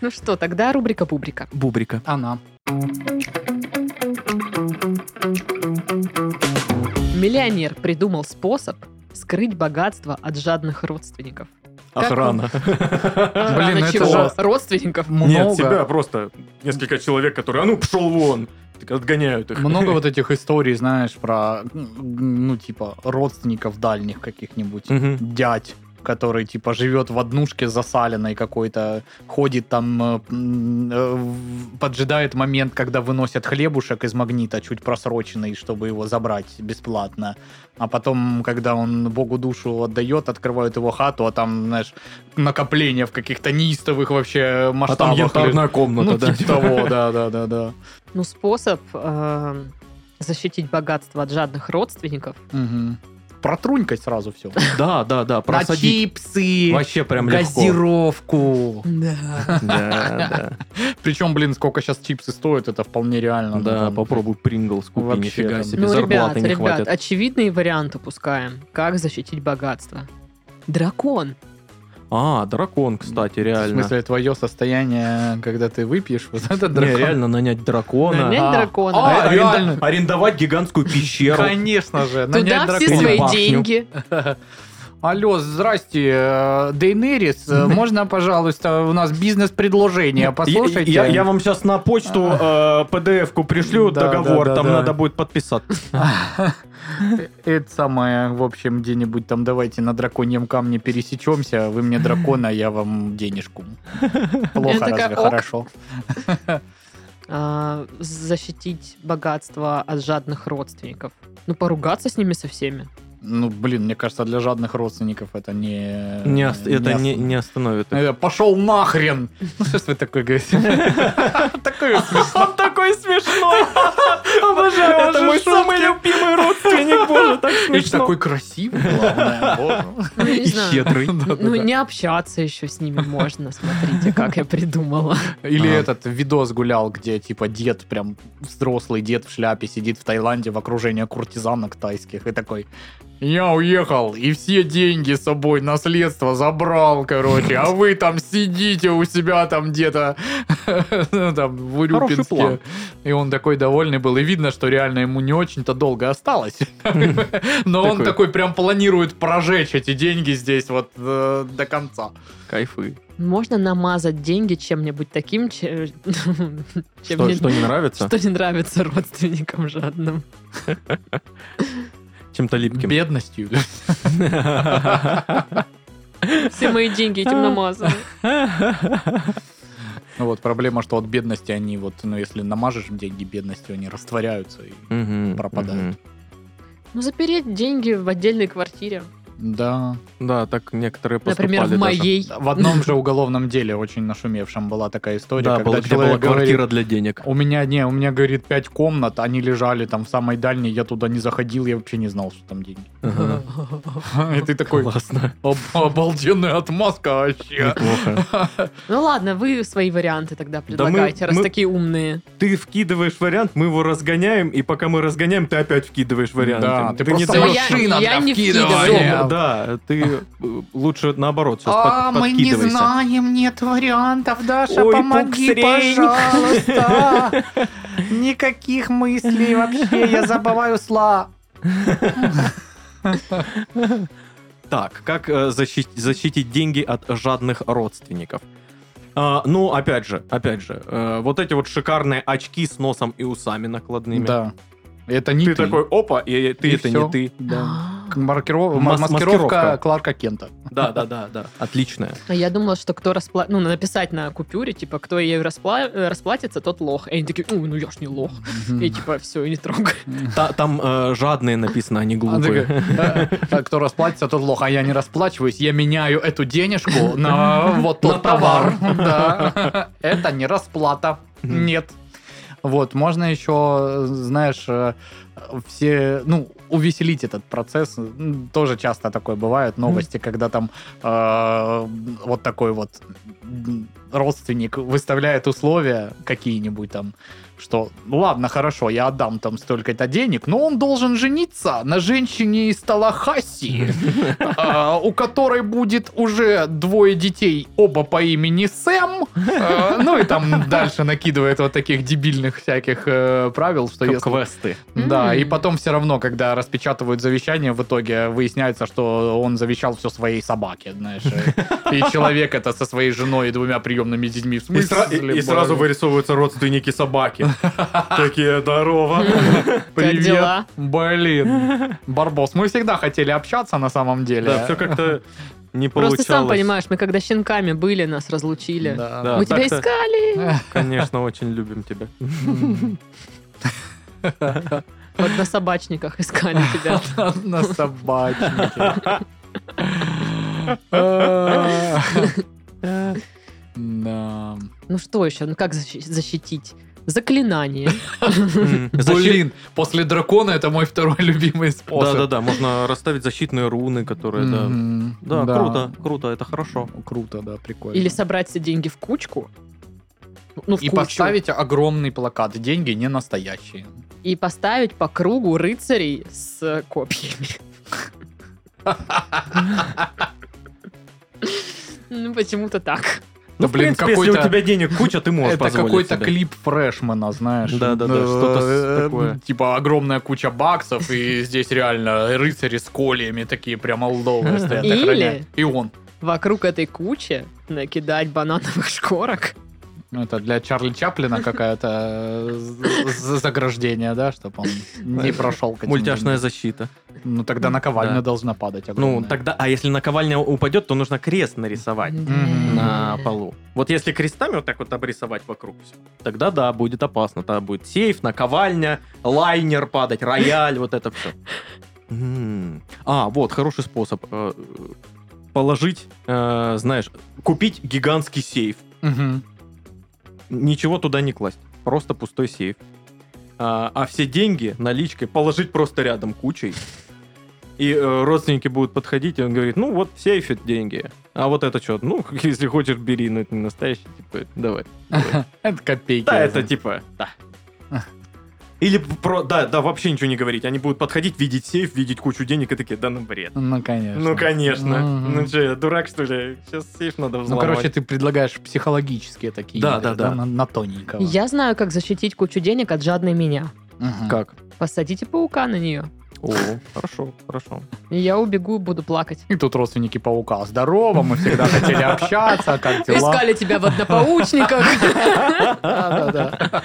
[SPEAKER 1] Ну что, тогда рубрика пубрика.
[SPEAKER 2] Бубрика.
[SPEAKER 3] Она.
[SPEAKER 1] Миллионер придумал способ скрыть богатство от жадных родственников. Как
[SPEAKER 2] Охрана.
[SPEAKER 1] Охрана
[SPEAKER 3] ну это
[SPEAKER 1] чего?
[SPEAKER 3] же-
[SPEAKER 1] Родственников?
[SPEAKER 2] Нет,
[SPEAKER 3] Много.
[SPEAKER 2] тебя просто несколько человек, которые, а ну, пшел вон. Так Отгоняют их.
[SPEAKER 3] Много вот этих историй, знаешь, про, м, ну, типа, родственников дальних каких-нибудь,
[SPEAKER 2] Мгм.
[SPEAKER 3] дядь, который, типа, живет в однушке засаленной какой-то, ходит там, э, м, э, в- поджидает момент, когда выносят хлебушек из магнита, чуть просроченный, чтобы его забрать бесплатно. А потом, когда он богу душу отдает, открывают его хату, а там, знаешь, накопление в каких-то неистовых вообще
[SPEAKER 2] А там
[SPEAKER 3] масштабах.
[SPEAKER 2] янтарная комната,
[SPEAKER 3] ну,
[SPEAKER 2] да.
[SPEAKER 3] типа того, да-да-да-да.
[SPEAKER 1] Ну, способ э, защитить богатство от жадных родственников.
[SPEAKER 3] Мгм. Протрунькать сразу все.
[SPEAKER 2] Да, да, да, просадить.
[SPEAKER 3] чипсы,
[SPEAKER 2] Вообще прям легко.
[SPEAKER 3] газировку.
[SPEAKER 1] Да.
[SPEAKER 2] Да,
[SPEAKER 3] Причем, блин, сколько сейчас чипсы стоят, это вполне
[SPEAKER 2] да.
[SPEAKER 3] реально.
[SPEAKER 2] Да,
[SPEAKER 3] Ну, там,
[SPEAKER 2] попробуй Принглс купи,
[SPEAKER 3] Вообще
[SPEAKER 2] нифига
[SPEAKER 3] там.
[SPEAKER 2] себе,
[SPEAKER 1] Ну, ребят,
[SPEAKER 2] зарплаты не
[SPEAKER 1] ребят,
[SPEAKER 2] хватит.
[SPEAKER 1] очевидный вариант упускаем. Как защитить богатство? Дракон.
[SPEAKER 2] А, дракон, кстати,
[SPEAKER 3] В
[SPEAKER 2] реально.
[SPEAKER 3] смысле, твое состояние, когда ты выпьешь, вот это
[SPEAKER 2] Не,
[SPEAKER 3] дракон.
[SPEAKER 2] реально нанять дракона.
[SPEAKER 1] Нанять
[SPEAKER 3] А.
[SPEAKER 1] дракона.
[SPEAKER 3] А,
[SPEAKER 2] А, аренда-
[SPEAKER 3] реально.
[SPEAKER 2] Арендовать гигантскую пещеру.
[SPEAKER 3] Конечно же,
[SPEAKER 1] Туда
[SPEAKER 3] нанять
[SPEAKER 1] все
[SPEAKER 3] дракона.
[SPEAKER 1] свои
[SPEAKER 2] Бахню.
[SPEAKER 1] деньги.
[SPEAKER 3] Алло, здрасте, э, Дейнерис, э, можно, пожалуйста, у нас бизнес-предложение, послушайте.
[SPEAKER 2] Я, я- я вам сейчас на почту
[SPEAKER 1] А.
[SPEAKER 2] э, PDF-ку пришлю
[SPEAKER 3] Да,
[SPEAKER 2] договор,
[SPEAKER 3] да, да,
[SPEAKER 2] там
[SPEAKER 3] да.
[SPEAKER 2] надо будет подписаться.
[SPEAKER 3] Э-, Это самое, в общем, где-нибудь там давайте на драконьем камне пересечемся, вы мне дракона, я вам денежку.
[SPEAKER 1] Я
[SPEAKER 3] Плохо
[SPEAKER 1] такая,
[SPEAKER 3] разве,
[SPEAKER 1] ок.
[SPEAKER 3] хорошо?
[SPEAKER 1] а, защитить богатство от жадных родственников. Ну, поругаться с ними со всеми.
[SPEAKER 3] Ну, блин, мне кажется, для жадных родственников это не...
[SPEAKER 2] Не ост- это не, не остановит. их.
[SPEAKER 3] Пошел нахрен! Ну, что ж вы такое говорите? Такое смешно.
[SPEAKER 2] Он такой смешной! Обожаю,
[SPEAKER 3] Это мой самый
[SPEAKER 2] любимый родственник, боже, так
[SPEAKER 3] И такой красивый, главное, боже.
[SPEAKER 1] Ну, я не
[SPEAKER 2] И
[SPEAKER 1] знаю.
[SPEAKER 2] хитрый.
[SPEAKER 1] Ну, не общаться еще с ними можно. Смотрите, как я придумала.
[SPEAKER 3] Или
[SPEAKER 2] А.
[SPEAKER 3] этот видос гулял, где типа дед, прям взрослый дед в шляпе сидит в Таиланде в окружении куртизанок тайских и такой... Я уехал и все деньги с собой, наследство забрал, короче, а вы там сидите у себя там где-то, ну, там, в
[SPEAKER 2] Хороший план.
[SPEAKER 3] Урюпинске. И он такой довольный был, и видно, что реально ему не очень-то долго осталось. Но он
[SPEAKER 2] Такой.
[SPEAKER 3] такой прям планирует прожечь эти деньги здесь вот э, до конца.
[SPEAKER 2] Кайфы.
[SPEAKER 1] Можно намазать деньги чем-нибудь таким, че- чем,
[SPEAKER 2] Что,
[SPEAKER 1] не-
[SPEAKER 2] что не нравится?
[SPEAKER 1] что не нравится родственникам жадным.
[SPEAKER 2] Чем-то липким.
[SPEAKER 3] Бедностью.
[SPEAKER 1] Все мои деньги этим намазаны.
[SPEAKER 3] Ну вот проблема, что от бедности они вот, ну если намажешь им деньги бедностью, они растворяются. и-
[SPEAKER 2] Мгм,
[SPEAKER 3] Пропадает.
[SPEAKER 1] Ну, запереть деньги в отдельной квартире.
[SPEAKER 3] Да.
[SPEAKER 2] мгм. Да, так некоторые поступали
[SPEAKER 1] Например, в
[SPEAKER 2] даже.
[SPEAKER 1] моей.
[SPEAKER 3] В одном же уголовном деле, очень нашумевшем, была такая история,
[SPEAKER 2] Да,
[SPEAKER 3] когда
[SPEAKER 2] был- где была
[SPEAKER 3] человек
[SPEAKER 2] квартира
[SPEAKER 3] говорит,
[SPEAKER 2] для денег.
[SPEAKER 3] у меня, не, у меня, говорит, пять комнат, они лежали там в самой дальней, я туда не заходил, я вообще не знал, что там деньги.
[SPEAKER 2] Ага.
[SPEAKER 3] И ты такой,
[SPEAKER 2] Классно.
[SPEAKER 3] «Об- обалденная отмазка вообще.
[SPEAKER 2] Неплохо.
[SPEAKER 1] Ну ладно, вы свои варианты тогда
[SPEAKER 2] мы-
[SPEAKER 1] предлагайте, раз
[SPEAKER 2] мы-
[SPEAKER 1] такие умные.
[SPEAKER 2] Ты вкидываешь вариант, мы его разгоняем, и пока мы разгоняем, ты опять вкидываешь варианты.
[SPEAKER 3] Да, ты просто
[SPEAKER 1] Я-
[SPEAKER 2] даешь-
[SPEAKER 3] машина
[SPEAKER 1] я
[SPEAKER 3] для
[SPEAKER 1] не
[SPEAKER 3] вкидывания.
[SPEAKER 1] вкидываю.
[SPEAKER 2] Да, ты э, лучше наоборот сейчас под- подкидывайся.
[SPEAKER 3] А, знаем, нет вариантов, Даша,
[SPEAKER 2] Ой, помоги, пуксрень.
[SPEAKER 3] пожалуйста. Никаких мыслей вообще, я забываю сла.
[SPEAKER 2] Так, как э, защи- защитить, деньги от жадных родственников? А, ну, опять же, опять же, э, вот эти вот шикарные очки с носом и усами накладными.
[SPEAKER 3] Да, это не
[SPEAKER 2] Ты
[SPEAKER 3] ты.
[SPEAKER 2] такой, опа, и, и ты
[SPEAKER 3] И
[SPEAKER 2] это
[SPEAKER 3] всё.
[SPEAKER 2] не ты.
[SPEAKER 3] К- маркиров-
[SPEAKER 2] Мас-
[SPEAKER 3] ма-
[SPEAKER 2] маскировка.
[SPEAKER 3] Маскировка Кларка Кента.
[SPEAKER 2] Да, да, да, да. Отличная.
[SPEAKER 1] А я думала, что кто распла... ну, написать на купюре, типа, кто ею распла... э, расплатится, тот лох. И они такие, ой, ну я ж не лох. И типа, все, и не трогай.
[SPEAKER 2] Та- там э, жадные написано, а не
[SPEAKER 3] А ты
[SPEAKER 2] глупые.
[SPEAKER 3] такой, «Э, Кто расплатится, тот лох. А я не расплачиваюсь, я меняю эту денежку на вот
[SPEAKER 2] На
[SPEAKER 3] тот товар. Да. Это не расплата.
[SPEAKER 2] Мгм.
[SPEAKER 3] Нет. Вот, можно еще, знаешь, э, все, ну, увеселить этот процесс. М, Тоже часто такое бывает, новости, когда там э, вот такой вот м, родственник выставляет условия какие-нибудь там, что, ну ладно, хорошо, я отдам там столько-то денег, но он должен жениться на женщине из Талахаси, э, у которой будет уже двое детей, оба по имени Сэм, Э, ну и там дальше накидывает вот таких дебильных всяких э, правил, что
[SPEAKER 2] Как
[SPEAKER 3] если
[SPEAKER 2] Квесты.
[SPEAKER 3] да, и
[SPEAKER 1] М.
[SPEAKER 3] потом все равно, когда распечатывают завещание, в итоге выясняется, что он завещал все своей собаке, знаешь. э. И человек это со своей женой и двумя приемными детьми. В
[SPEAKER 4] И, сра- и-
[SPEAKER 3] смысле,
[SPEAKER 4] и
[SPEAKER 3] блин?
[SPEAKER 4] сразу вырисовываются родственники собаки. Такие, здорово.
[SPEAKER 1] Как дела?
[SPEAKER 3] Блин. Барбос, мы всегда хотели общаться на самом деле.
[SPEAKER 2] Да, все как-то не получалось.
[SPEAKER 1] Просто сам понимаешь, мы когда щенками были, нас разлучили.
[SPEAKER 3] Да.
[SPEAKER 2] Да.
[SPEAKER 1] Мы тебя
[SPEAKER 2] так-то.
[SPEAKER 1] искали.
[SPEAKER 2] Конечно, очень любим тебя.
[SPEAKER 3] М.
[SPEAKER 1] Вот на собачниках искали тебя.
[SPEAKER 3] На собачнике. Э, Да.
[SPEAKER 1] Ну что еще? Ну как защи- защитить? Заклинание.
[SPEAKER 2] М, защи-
[SPEAKER 3] Блин, после дракона это мой второй любимый способ.
[SPEAKER 2] Да-да-да, можно расставить защитные руны, которые, да.
[SPEAKER 3] Мгм.
[SPEAKER 2] Да, круто, круто, это хорошо.
[SPEAKER 3] Круто, да, прикольно.
[SPEAKER 1] Или собрать все деньги в кучку. Ну, в
[SPEAKER 3] и
[SPEAKER 1] кучу.
[SPEAKER 3] поставить огромный плакат. Деньги не настоящие.
[SPEAKER 1] И поставить по кругу рыцарей с э, копьями. Ну, почему-то так.
[SPEAKER 3] Да,
[SPEAKER 2] Ну, в
[SPEAKER 3] блин,
[SPEAKER 2] принципе, если
[SPEAKER 3] какой-то-
[SPEAKER 2] у тебя денег куча, ты можешь
[SPEAKER 3] это
[SPEAKER 2] позволить
[SPEAKER 3] какой-то
[SPEAKER 2] себе.
[SPEAKER 3] клип фрешмена, знаешь.
[SPEAKER 2] Да-да-да,
[SPEAKER 3] Э,
[SPEAKER 2] что-то с-
[SPEAKER 3] э,
[SPEAKER 2] такое.
[SPEAKER 3] Типа огромная куча баксов, и здесь реально рыцари с кольями такие прямо лдовые стоят.
[SPEAKER 1] Или-
[SPEAKER 3] охраняют. И он.
[SPEAKER 1] Вокруг этой кучи накидать банановых шкорок
[SPEAKER 3] Ну, это для Чарли Чаплина какая-то э, з- з- заграждение, да, чтобы он не прошел. к этим
[SPEAKER 2] Мультяшная защита.
[SPEAKER 3] людям. Ну, тогда наковальня
[SPEAKER 2] Да.
[SPEAKER 3] должна падать.
[SPEAKER 2] Ну,
[SPEAKER 3] огромная.
[SPEAKER 2] тогда, а если наковальня упадет, то нужно крест нарисовать
[SPEAKER 3] Мгм.
[SPEAKER 2] на полу. Вот если крестами вот так вот обрисовать вокруг, всё, тогда да, будет опасно. Тогда будет сейф, наковальня, лайнер падать, рояль, вот это все. А, вот, хороший способ. э, Положить, э, знаешь, купить гигантский сейф.
[SPEAKER 3] Мгм.
[SPEAKER 2] Ничего туда не класть. Просто пустой сейф. А, а все деньги наличкой положить просто рядом кучей. И э, родственники будут подходить, и он говорит, ну вот в сейфе деньги. А вот это что? Ну, если хочешь, бери, но это не настоящий, типа, давай.
[SPEAKER 3] Это копейки.
[SPEAKER 2] Да, это типа, да.
[SPEAKER 3] Ах.
[SPEAKER 2] Или про, да, да, вообще ничего не говорить. Они будут подходить, видеть сейф, видеть кучу денег и такие, да ну бред.
[SPEAKER 3] Ну, конечно.
[SPEAKER 2] Ну, конечно.
[SPEAKER 3] Мгм.
[SPEAKER 2] Ну что, я дурак, что ли? Сейчас сейф надо
[SPEAKER 3] Ну,
[SPEAKER 2] взломать.
[SPEAKER 3] короче, ты предлагаешь психологические такие.
[SPEAKER 2] Да,
[SPEAKER 3] игры,
[SPEAKER 2] да, да.
[SPEAKER 3] На, на тоненького.
[SPEAKER 1] Я знаю, как защитить кучу денег от жадной меня.
[SPEAKER 3] Мгм.
[SPEAKER 2] как?
[SPEAKER 1] Посадите паука на нее.
[SPEAKER 2] О, хорошо, хорошо.
[SPEAKER 1] И я убегу, буду плакать.
[SPEAKER 3] И тут родственники паука. Здорово, мы всегда хотели общаться, как дела?
[SPEAKER 1] Искали тебя в однопаучниках.
[SPEAKER 3] Да-да-да.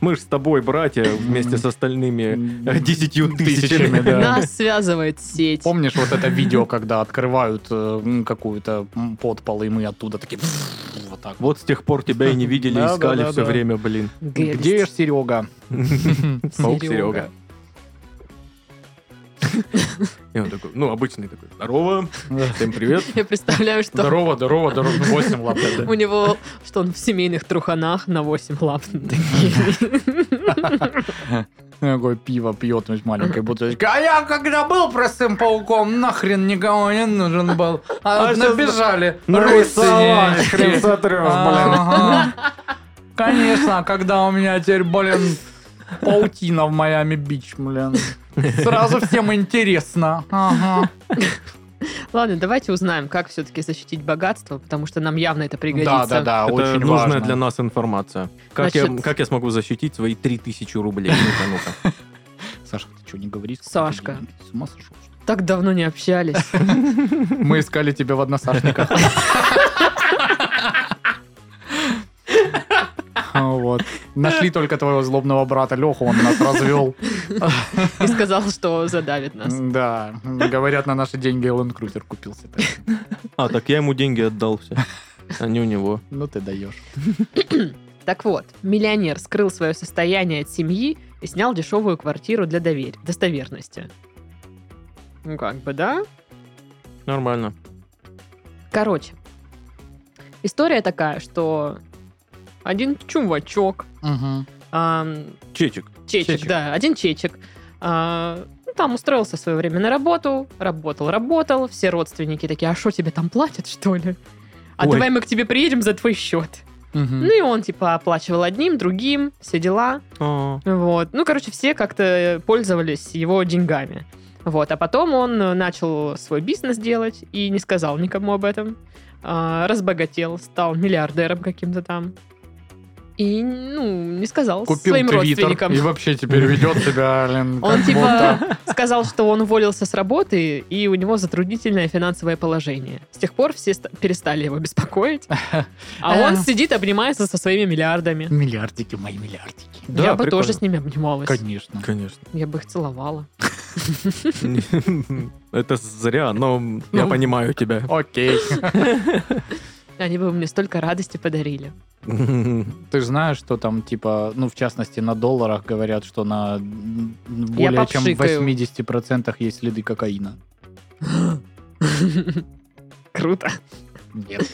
[SPEAKER 2] Мы же с тобой, братья, вместе с остальными э, десятью
[SPEAKER 3] Тысячами,
[SPEAKER 2] тысячами.
[SPEAKER 3] да.
[SPEAKER 1] Нас связывает сеть.
[SPEAKER 3] Помнишь вот это видео, когда открывают э, м, какую-то м, подпол, и мы оттуда такие... «Пф», Вот так.
[SPEAKER 2] Вот с тех пор тебя и не видели,
[SPEAKER 3] Да, да,
[SPEAKER 2] искали
[SPEAKER 3] да,
[SPEAKER 2] все
[SPEAKER 3] да.
[SPEAKER 2] время, блин.
[SPEAKER 1] Гадость.
[SPEAKER 3] Где ж Серега?
[SPEAKER 2] Паук
[SPEAKER 1] Серега.
[SPEAKER 2] Серега. И он такой, ну, обычный такой, здорово, всем привет.
[SPEAKER 1] Я представляю, что
[SPEAKER 3] Здорово, здорово, здорово.
[SPEAKER 2] Ну,
[SPEAKER 3] Восемь лап. да.
[SPEAKER 1] у него, что он в семейных труханах на 8 лап. такие.
[SPEAKER 3] Такое Ну, пиво пьет из маленькой бутылочки. А я когда был простым пауком, нахрен никому не нужен был. А,
[SPEAKER 2] А Ну,
[SPEAKER 3] вот
[SPEAKER 2] сейчас
[SPEAKER 3] набежали.
[SPEAKER 4] Рисовать,
[SPEAKER 3] родственнички.
[SPEAKER 4] хрен сотрешь,
[SPEAKER 3] А.
[SPEAKER 4] блин.
[SPEAKER 3] Ага. Конечно, когда у меня теперь, блин, паутина в Майами-Бич, блин. Сразу всем интересно. Ага.
[SPEAKER 1] Ладно, давайте узнаем, как все-таки защитить богатство, потому что нам явно это
[SPEAKER 3] Да,
[SPEAKER 1] пригодится.
[SPEAKER 3] да, да,
[SPEAKER 2] Это
[SPEAKER 3] очень
[SPEAKER 2] нужная
[SPEAKER 3] важно.
[SPEAKER 2] для нас информация. Как, я,
[SPEAKER 1] Значит-
[SPEAKER 2] как я смогу защитить свои 3000 рублей? Ну-ка, ну-ка.
[SPEAKER 3] Сашка, ты что, не говоришь?
[SPEAKER 1] Сашка.
[SPEAKER 3] Ты С ума сошел? что ли?
[SPEAKER 1] Так давно не общались.
[SPEAKER 3] Мы искали тебя в односашниках. А, Вот. Нашли только твоего злобного брата Леху, он нас развел.
[SPEAKER 1] И сказал, что задавит нас.
[SPEAKER 3] Да, говорят, на наши деньги Эллен Крузер купился.
[SPEAKER 2] А, так я ему деньги отдал все, а не у него.
[SPEAKER 3] Ну ты даешь.
[SPEAKER 1] Так вот, миллионер скрыл свое состояние от семьи и снял дешевую квартиру для довер- достоверности. Ну, как бы, да?
[SPEAKER 2] Нормально.
[SPEAKER 1] Короче, история такая, что один чувачок, ам,
[SPEAKER 2] Чечек.
[SPEAKER 1] чечек,
[SPEAKER 2] Чечек.
[SPEAKER 1] да, один чечек, а, ну, там устроился в свое время на работу, работал, работал, все родственники такие, а что тебе там платят, что ли? А
[SPEAKER 2] Ой.
[SPEAKER 1] давай мы к тебе приедем за твой счет. Ну и он, типа, оплачивал одним, другим, все дела.
[SPEAKER 2] А,
[SPEAKER 1] Вот. Ну, короче, все как-то пользовались его деньгами. Вот. А потом он э, начал свой бизнес делать и не сказал никому об этом. А, разбогател, стал миллиардером каким-то там. И, ну, не сказал
[SPEAKER 3] Купил
[SPEAKER 1] своим
[SPEAKER 3] твиттер
[SPEAKER 1] родственникам.
[SPEAKER 3] и вообще теперь ведет себя, блин,
[SPEAKER 1] Он
[SPEAKER 3] как будто...
[SPEAKER 1] типа сказал, что он уволился с работы, и у него затруднительное финансовое положение. С тех пор все ста- перестали его беспокоить. А он сидит, обнимается со своими миллиардами.
[SPEAKER 3] Миллиардики, мои миллиардики.
[SPEAKER 2] Да,
[SPEAKER 1] Я бы
[SPEAKER 2] прикольно.
[SPEAKER 1] тоже с ними обнималась.
[SPEAKER 3] Конечно.
[SPEAKER 2] Конечно.
[SPEAKER 1] Я бы их целовала.
[SPEAKER 2] Это зря, но я
[SPEAKER 3] Ну.
[SPEAKER 2] понимаю тебя.
[SPEAKER 3] Окей.
[SPEAKER 1] Они бы мне столько радости подарили.
[SPEAKER 3] Ты же знаешь, что там, типа, ну, в частности, на долларах говорят, что на м, более чем
[SPEAKER 1] попшикаю.
[SPEAKER 3] 80% есть следы кокаина.
[SPEAKER 1] Круто.
[SPEAKER 3] Нет.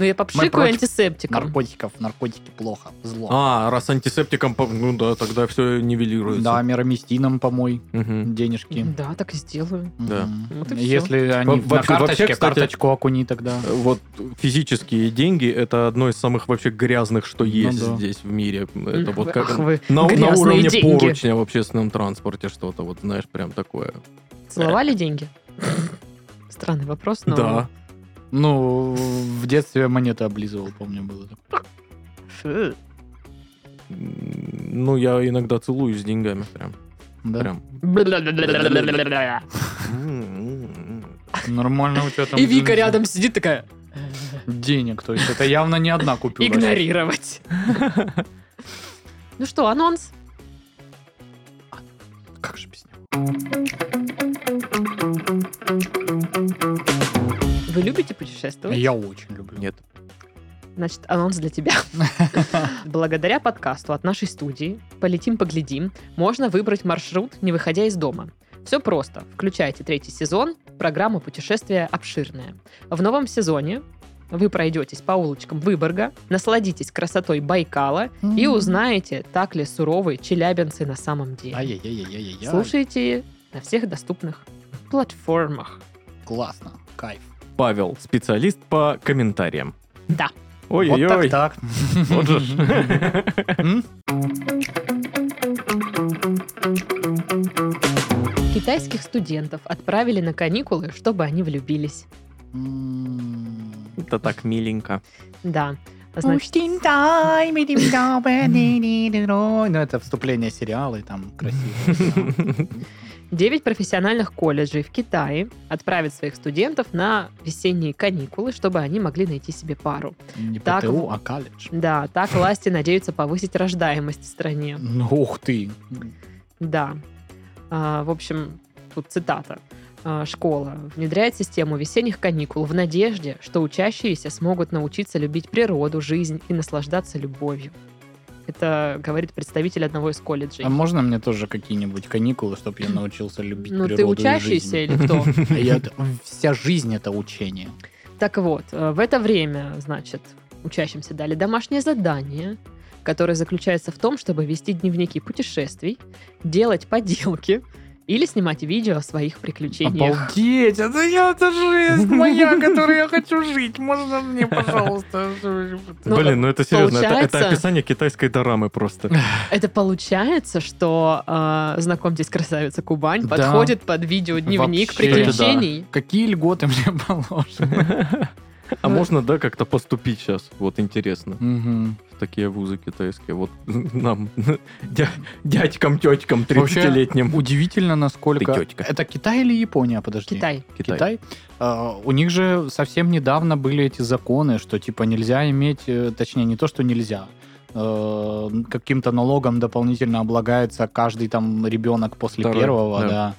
[SPEAKER 1] Ну, я попшикаю
[SPEAKER 3] против
[SPEAKER 1] антисептиком.
[SPEAKER 3] Наркотиков, наркотики плохо, зло.
[SPEAKER 2] А, раз антисептиком, по- ну да, тогда все нивелируется.
[SPEAKER 3] Да, мирамистином помой
[SPEAKER 2] Мгм.
[SPEAKER 3] денежки.
[SPEAKER 1] Да, так и сделаю.
[SPEAKER 2] Да.
[SPEAKER 3] Мгм.
[SPEAKER 1] Вот и всё.
[SPEAKER 3] Если они
[SPEAKER 2] Во-
[SPEAKER 3] на
[SPEAKER 2] вообще- вообще,
[SPEAKER 3] карточке,
[SPEAKER 2] кстати-
[SPEAKER 3] карточку окуни тогда.
[SPEAKER 2] Э, Вот физические деньги это одно из самых вообще грязных, что есть
[SPEAKER 3] да.
[SPEAKER 2] здесь в мире. Это вот как
[SPEAKER 1] Ах вы,
[SPEAKER 2] на, на
[SPEAKER 1] грязные
[SPEAKER 2] уровне
[SPEAKER 1] деньги.
[SPEAKER 2] поручня в общественном транспорте что-то, вот знаешь, прям такое.
[SPEAKER 1] Целовали деньги? Странный вопрос, но...
[SPEAKER 2] Да.
[SPEAKER 3] Ну, в детстве монеты облизывал, помню, было. такое.
[SPEAKER 1] Фу.
[SPEAKER 2] М, Ну, я иногда целуюсь с деньгами прям.
[SPEAKER 3] Да?
[SPEAKER 2] прям.
[SPEAKER 1] Бля-бля-бля-бля-бля-бля-бля.
[SPEAKER 2] М, м, м.
[SPEAKER 3] Нормально у тебя там...
[SPEAKER 1] И Вика рядом сидит такая...
[SPEAKER 3] денег. То есть это явно не одна купюра.
[SPEAKER 1] Игнорировать. Ну что, анонс?
[SPEAKER 2] Как же без него?
[SPEAKER 1] Вы любите путешествовать?
[SPEAKER 3] Я очень люблю.
[SPEAKER 2] Нет.
[SPEAKER 1] Значит, анонс для тебя. Благодаря подкасту от нашей студии «Полетим, поглядим» можно выбрать маршрут, не выходя из дома. Все просто. Включайте третий сезон, программа путешествия обширная. В новом сезоне вы пройдетесь по улочкам Выборга, насладитесь красотой Байкала и узнаете, так ли суровы челябинцы на самом деле.
[SPEAKER 3] Ай-яй-яй-яй-яй-яй.
[SPEAKER 1] Слушайте на всех доступных платформах.
[SPEAKER 3] Классно. Кайф.
[SPEAKER 2] Павел, специалист по комментариям.
[SPEAKER 1] Да.
[SPEAKER 2] Ой-ой-ой.
[SPEAKER 3] Вот так так.
[SPEAKER 2] Вот же ж.
[SPEAKER 3] М?
[SPEAKER 1] Китайских студентов отправили на каникулы, чтобы они влюбились.
[SPEAKER 3] М.
[SPEAKER 2] Это так миленько.
[SPEAKER 1] Да. Значит,
[SPEAKER 3] Ну, это вступление сериала, и там красиво.
[SPEAKER 1] девять профессиональных колледжей в Китае отправят своих студентов на весенние каникулы, чтобы они могли найти себе пару.
[SPEAKER 3] Не
[SPEAKER 1] Так
[SPEAKER 3] ПТУ,
[SPEAKER 1] вот.
[SPEAKER 3] а колледж.
[SPEAKER 1] Да, так власти надеются повысить рождаемость в стране.
[SPEAKER 3] Ну, Ух ты.
[SPEAKER 1] Да. А, в общем, тут цитата. А, Школа внедряет систему весенних каникул в надежде, что учащиеся смогут научиться любить природу, жизнь и наслаждаться любовью. Это говорит представитель одного из колледжей.
[SPEAKER 3] А можно мне тоже какие-нибудь каникулы, чтобы я научился любить
[SPEAKER 1] Ну, ты
[SPEAKER 3] природу и
[SPEAKER 1] учащийся
[SPEAKER 3] жизнь?
[SPEAKER 1] или кто?
[SPEAKER 3] А я- Вся жизнь это учение.
[SPEAKER 1] Так вот, э, в это время, значит, учащимся дали домашнее задание, которое заключается в том, чтобы вести дневники путешествий, делать поделки или снимать видео о своих приключениях.
[SPEAKER 3] Обалдеть, это я, это жизнь моя, которой я хочу жить. Можно мне, пожалуйста?
[SPEAKER 1] Ну,
[SPEAKER 2] Блин, ну это серьезно. Это, это
[SPEAKER 1] получается-
[SPEAKER 2] описание китайской дорамы просто.
[SPEAKER 1] Это получается, что э, «Знакомьтесь, красавица Кубань»
[SPEAKER 3] Да.
[SPEAKER 1] подходит под видео дневник
[SPEAKER 3] Вообще,
[SPEAKER 1] приключений.
[SPEAKER 3] Какие льготы мне положены?
[SPEAKER 2] А можно, да, как-то поступить сейчас? Вот интересно.
[SPEAKER 3] Мгм.
[SPEAKER 2] В такие вузы китайские. Вот нам, дя- дядькам, тетькам 30-летним.
[SPEAKER 3] Удивительно, насколько...
[SPEAKER 2] Ты тетка.
[SPEAKER 3] Это Китай или Япония, подожди?
[SPEAKER 1] Китай.
[SPEAKER 2] Китай.
[SPEAKER 3] Китай. А, у них же совсем недавно были эти законы, что типа нельзя иметь, э, точнее не то, что нельзя, э, каким-то налогом дополнительно облагается каждый там ребенок после
[SPEAKER 2] Второй,
[SPEAKER 3] первого,
[SPEAKER 2] да.
[SPEAKER 3] да.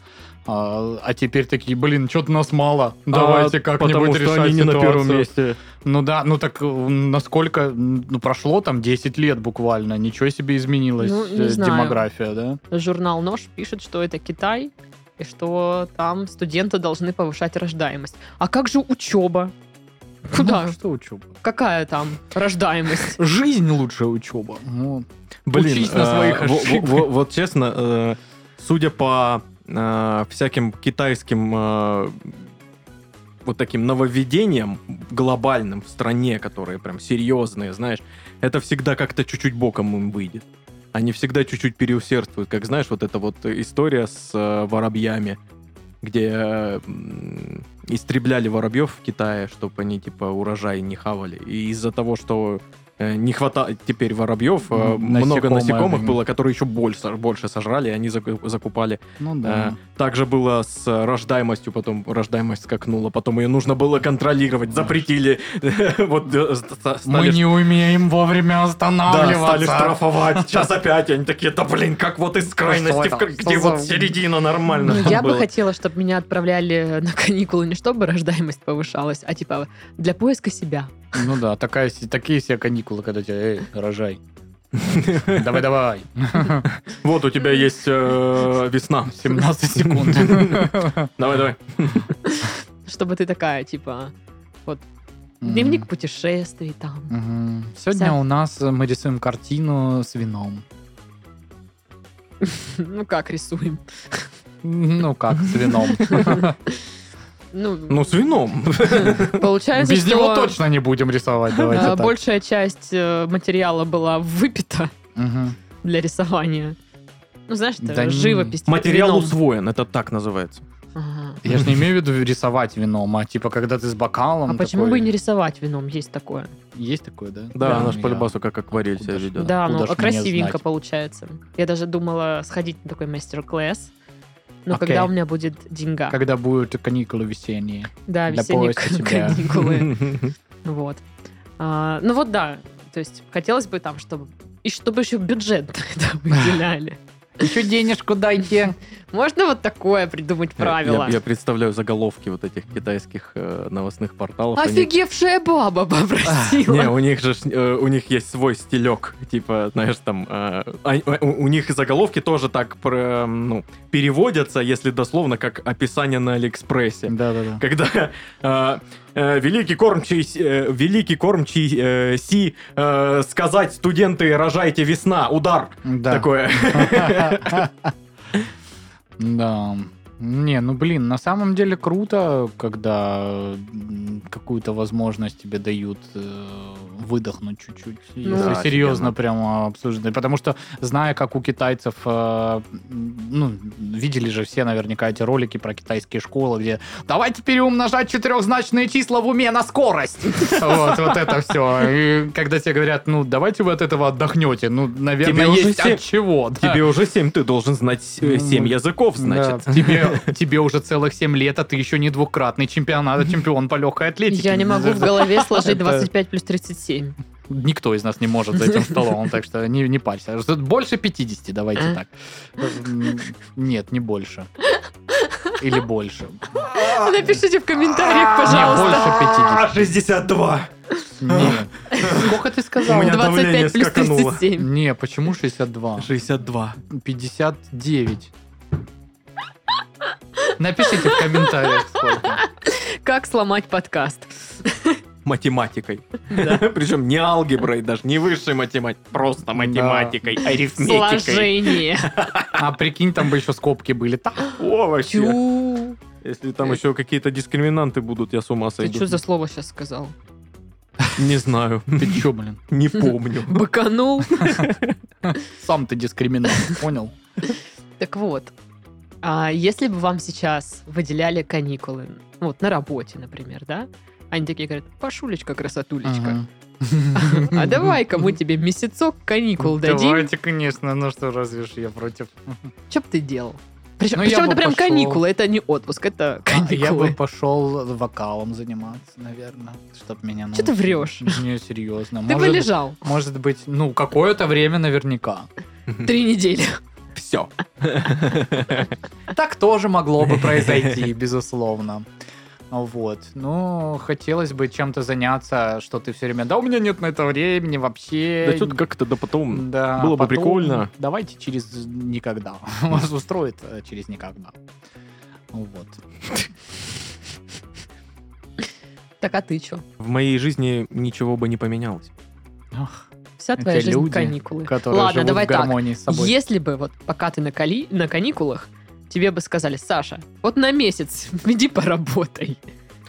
[SPEAKER 3] А, а теперь такие, блин, что-то нас мало. Давайте
[SPEAKER 2] А,
[SPEAKER 3] как-нибудь
[SPEAKER 2] Потому
[SPEAKER 3] решать
[SPEAKER 2] что они не на
[SPEAKER 3] ситуацию».
[SPEAKER 2] первом месте.
[SPEAKER 3] Ну да, ну так э, насколько, м, ну прошло там 10 лет буквально, ничего себе изменилась
[SPEAKER 1] Ну, не
[SPEAKER 3] э,
[SPEAKER 1] знаю.
[SPEAKER 3] демография, да?
[SPEAKER 1] Журнал «Нож» пишет, что это Китай, и что там студенты должны повышать рождаемость. А как же учеба? Куда?
[SPEAKER 2] А
[SPEAKER 3] Ну, что учеба?
[SPEAKER 1] Какая там рождаемость?
[SPEAKER 3] Жизнь лучшая учеба. Ну, Учись на
[SPEAKER 2] э,
[SPEAKER 3] своих
[SPEAKER 2] во- во-
[SPEAKER 3] ошибках.
[SPEAKER 2] во- Вот честно, э, судя по э, всяким китайским э, вот таким нововведениям глобальным в стране, которые прям серьезные, знаешь, это всегда как-то чуть-чуть боком им выйдет. Они всегда чуть-чуть переусердствуют. Как знаешь, вот эта вот история с э, воробьями, где э, м, истребляли воробьев в Китае, чтобы они типа урожай не хавали. И из-за того, что э, не хватает теперь воробьев, э,
[SPEAKER 3] М,
[SPEAKER 2] много
[SPEAKER 3] насекомые,
[SPEAKER 2] насекомых
[SPEAKER 3] да.
[SPEAKER 2] было, которые еще больше, больше сожрали, и они заку- закупали
[SPEAKER 3] ну
[SPEAKER 2] Э,
[SPEAKER 3] да.
[SPEAKER 2] Также было с э, рождаемостью, потом рождаемость скакнула, потом ее нужно было контролировать, запретили. Вот э, ста-
[SPEAKER 3] Мы
[SPEAKER 2] стали
[SPEAKER 3] не умеем вовремя
[SPEAKER 2] да,
[SPEAKER 3] останавливаться.
[SPEAKER 2] стали штрафовать. А Сейчас опять они такие, да блин, как вот из крайности,
[SPEAKER 3] это?
[SPEAKER 2] в кра- где
[SPEAKER 3] Что
[SPEAKER 2] вот
[SPEAKER 3] за-
[SPEAKER 2] середина нормально.
[SPEAKER 1] Ну,
[SPEAKER 2] там
[SPEAKER 1] я бы
[SPEAKER 2] было.
[SPEAKER 1] хотела, чтобы меня отправляли на каникулы не чтобы рождаемость повышалась, а типа для поиска себя.
[SPEAKER 3] Ну да, такая, си- такие себе каникулы, когда тебя, эй, рожай. Давай, давай.
[SPEAKER 2] Вот у тебя есть э, весна.
[SPEAKER 3] 17 секунд.
[SPEAKER 2] Давай, давай.
[SPEAKER 1] Чтобы ты такая, типа,
[SPEAKER 3] М,
[SPEAKER 1] дневник путешествий там.
[SPEAKER 3] мгм. Сегодня
[SPEAKER 1] Вся.
[SPEAKER 3] у нас э, мы рисуем картину с вином.
[SPEAKER 1] Ну как, рисуем.
[SPEAKER 3] Ну как, с вином.
[SPEAKER 1] Ну,
[SPEAKER 2] Ну, с вином.
[SPEAKER 1] получается,
[SPEAKER 3] Без
[SPEAKER 1] что,
[SPEAKER 3] него точно не будем рисовать,
[SPEAKER 1] э,
[SPEAKER 3] давайте так.
[SPEAKER 1] большая часть э, материала была выпита
[SPEAKER 3] Мгм.
[SPEAKER 1] для рисования. Ну, знаешь, это
[SPEAKER 3] Да не.
[SPEAKER 1] живопись. теперь
[SPEAKER 2] Материал
[SPEAKER 1] вином.
[SPEAKER 2] усвоен, это так называется.
[SPEAKER 1] Ага.
[SPEAKER 3] Я же не имею в виду рисовать вином, а типа когда ты с бокалом.
[SPEAKER 1] А почему
[SPEAKER 3] такой-
[SPEAKER 1] бы и не рисовать вином? Есть такое.
[SPEAKER 3] Есть такое, да?
[SPEAKER 2] Да, она же
[SPEAKER 3] я-
[SPEAKER 2] полюбасу как акварель
[SPEAKER 3] Куда
[SPEAKER 2] себя
[SPEAKER 3] ж-
[SPEAKER 2] ведет.
[SPEAKER 1] Да,
[SPEAKER 3] Куда
[SPEAKER 1] ну
[SPEAKER 3] ж мне
[SPEAKER 1] красивенько
[SPEAKER 3] знать?
[SPEAKER 1] получается. Я даже думала сходить на такой мастер-класс. Но
[SPEAKER 3] Окей.
[SPEAKER 1] когда у меня будет деньга.
[SPEAKER 3] Когда будут каникулы весенние.
[SPEAKER 1] Да,
[SPEAKER 3] Для
[SPEAKER 1] весенние
[SPEAKER 3] поиска тебя.
[SPEAKER 1] каникулы. Вот. А, ну вот да, то есть хотелось бы там, чтобы и чтобы еще бюджет на это выделяли.
[SPEAKER 3] Еще денежку дайте.
[SPEAKER 1] Можно вот такое придумать
[SPEAKER 2] Я-
[SPEAKER 1] правило?
[SPEAKER 2] Я, я представляю заголовки вот этих китайских э, новостных порталов. Они-
[SPEAKER 1] Офигевшая баба попросила.
[SPEAKER 2] А, Не, у них же ж, э, у них есть свой стилек, типа, знаешь, там, э, они- у, у них заголовки тоже так про, ну, переводятся, если дословно, как описание на Алиэкспрессе.
[SPEAKER 3] Да-да-да.
[SPEAKER 2] Когда э, э, великий кормчий, С- э, великий кормчий э, Си э, сказать студенты рожайте весна, удар
[SPEAKER 3] Да.
[SPEAKER 2] такое.
[SPEAKER 3] Да. Не, ну блин, на самом деле круто, когда м, какую-то возможность тебе дают э, выдохнуть чуть-чуть, если
[SPEAKER 2] Ну Да,
[SPEAKER 3] серьезно
[SPEAKER 2] офигенно.
[SPEAKER 3] прямо обсуждать. Потому что, зная, как у китайцев, э, м, ну, видели же все наверняка эти ролики про китайские школы, где «давайте переумножать четырехзначные числа в уме на скорость!» Вот, вот это все. И когда тебе говорят, ну, давайте вы от этого отдохнете, ну, наверное,
[SPEAKER 2] Тебе уже
[SPEAKER 3] есть
[SPEAKER 2] все-
[SPEAKER 3] от чего. да.
[SPEAKER 2] Тебе уже семь, ты должен знать э, семь
[SPEAKER 3] Ну,
[SPEAKER 2] языков, значит.
[SPEAKER 3] Да, тебе, тебе уже целых 7 лет, а ты еще не двукратный чемпионат, а чемпион по легкой атлетике.
[SPEAKER 1] Я не могу в голове сложить
[SPEAKER 3] Это-
[SPEAKER 1] 25 плюс 37.
[SPEAKER 3] Никто из нас не может за этим столом, так что не, не парься. Что- Больше 50, давайте так. М, Нет, не больше. Или больше.
[SPEAKER 1] А, Напишите в комментариях,
[SPEAKER 3] Не,
[SPEAKER 1] пожалуйста.
[SPEAKER 3] больше 50.
[SPEAKER 2] А, 62.
[SPEAKER 3] Не. Сколько ты сказал?
[SPEAKER 2] У меня давление
[SPEAKER 1] 25 плюс
[SPEAKER 2] скакануло.
[SPEAKER 1] 37.
[SPEAKER 3] Не, почему 62?
[SPEAKER 2] 62.
[SPEAKER 3] 59. Напишите в комментариях, сколько.
[SPEAKER 1] Как сломать подкаст?
[SPEAKER 2] математикой. Причем не алгеброй, даже не высшей математикой, просто математикой, арифметикой.
[SPEAKER 1] Сложение.
[SPEAKER 3] А прикинь, там бы еще скобки были. Та-
[SPEAKER 2] О, вообще.
[SPEAKER 1] Тю.
[SPEAKER 2] Если там еще какие-то дискриминанты будут, я с ума
[SPEAKER 1] Ты
[SPEAKER 2] сойду.
[SPEAKER 1] что за слово сейчас сказал?
[SPEAKER 2] Не знаю,
[SPEAKER 3] Ты че, блин?
[SPEAKER 2] не помню.
[SPEAKER 1] Быканул?
[SPEAKER 3] Сам ты дискриминант, понял?
[SPEAKER 1] Так вот, а если бы вам сейчас выделяли каникулы, вот на работе, например, да? Они такие говорят, Пашулечка, красотулечка, а давай-ка мы тебе месяцок каникул дадим.
[SPEAKER 3] Ну, Давайте, конечно, ну что, разве ж я против?
[SPEAKER 1] Что бы ты делал? Причем,
[SPEAKER 3] Ну, я
[SPEAKER 1] причем
[SPEAKER 3] бы
[SPEAKER 1] это прям
[SPEAKER 3] пошел.
[SPEAKER 1] каникулы, это не отпуск, это
[SPEAKER 3] А, Я бы
[SPEAKER 1] каникулы.
[SPEAKER 3] пошел вокалом заниматься, наверное, чтоб меня...
[SPEAKER 1] Чё ты
[SPEAKER 3] научили.
[SPEAKER 1] врешь?
[SPEAKER 3] Не, серьезно.
[SPEAKER 1] Ты бы
[SPEAKER 3] Может-
[SPEAKER 1] лежал
[SPEAKER 3] Может быть, ну, какое-то время наверняка.
[SPEAKER 1] три недели.
[SPEAKER 2] Все.
[SPEAKER 3] Так тоже могло бы произойти, безусловно. Вот. Ну, хотелось бы чем-то заняться, что ты все время... Да у меня нет на это времени вообще.
[SPEAKER 2] Да что-то как-то да потом.
[SPEAKER 3] Да,
[SPEAKER 2] Было бы
[SPEAKER 3] потом
[SPEAKER 2] прикольно.
[SPEAKER 3] Давайте через никогда. Вас устроит э, через никогда. Вот.
[SPEAKER 1] Так, а ты что?
[SPEAKER 2] В моей жизни ничего бы не поменялось.
[SPEAKER 3] Ах,
[SPEAKER 1] Вся
[SPEAKER 3] Эти
[SPEAKER 1] твоя жизнь
[SPEAKER 3] люди,
[SPEAKER 1] каникулы.
[SPEAKER 3] которые
[SPEAKER 1] Ладно,
[SPEAKER 3] живут
[SPEAKER 1] давай
[SPEAKER 3] в
[SPEAKER 1] так.
[SPEAKER 3] гармонии с собой.
[SPEAKER 1] Если бы вот пока ты на, кали- на каникулах, тебе бы сказали, Саша, вот на месяц иди поработай.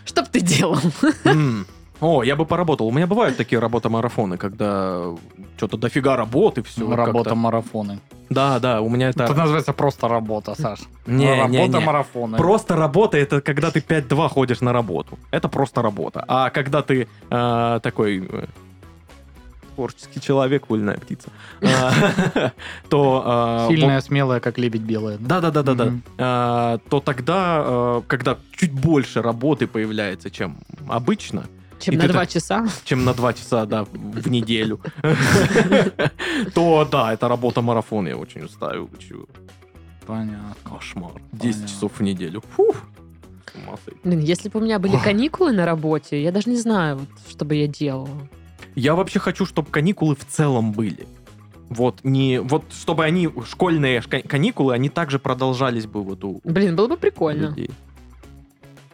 [SPEAKER 1] Что бы ты делал?
[SPEAKER 2] М. О, я бы поработал. У меня бывают такие работа-марафоны, когда что-то дофига работы, все.
[SPEAKER 3] работа марафоны.
[SPEAKER 2] Да, Ну, да, у меня
[SPEAKER 3] Это
[SPEAKER 2] это...
[SPEAKER 3] называется просто работа, Саш.
[SPEAKER 2] Не, не,
[SPEAKER 3] работа
[SPEAKER 2] не.
[SPEAKER 3] марафоны.
[SPEAKER 2] Просто работа это когда ты 5-2 ходишь на работу. Это просто работа. А когда ты э, такой э, творческий человек, вольная птица, э, то... э,
[SPEAKER 3] Сильная, смелая, как лебедь белая. Ну,
[SPEAKER 2] вот- Да-да-да-да-да.
[SPEAKER 3] Мгм.
[SPEAKER 2] Э, То тогда, э, когда чуть больше работы появляется, чем обычно,
[SPEAKER 1] Чем
[SPEAKER 2] И
[SPEAKER 1] на
[SPEAKER 2] ты
[SPEAKER 1] два
[SPEAKER 2] так-
[SPEAKER 1] часа?
[SPEAKER 2] чем на 2 часа да, в неделю, то да, это работа-марафон, я очень устаю. чё.
[SPEAKER 3] Понятно.
[SPEAKER 2] Кошмар. 10
[SPEAKER 3] Понятно.
[SPEAKER 2] часов в неделю. Фух. С ума сойти.
[SPEAKER 1] Блин, если бы у меня были
[SPEAKER 2] Ох.
[SPEAKER 1] каникулы на работе, я даже не знаю, вот, что бы я делала.
[SPEAKER 2] Я вообще хочу, чтобы каникулы в целом были. Вот, не, вот чтобы они, школьные шка- каникулы, они также продолжались бы вот у
[SPEAKER 1] Блин, было бы прикольно.
[SPEAKER 2] людей.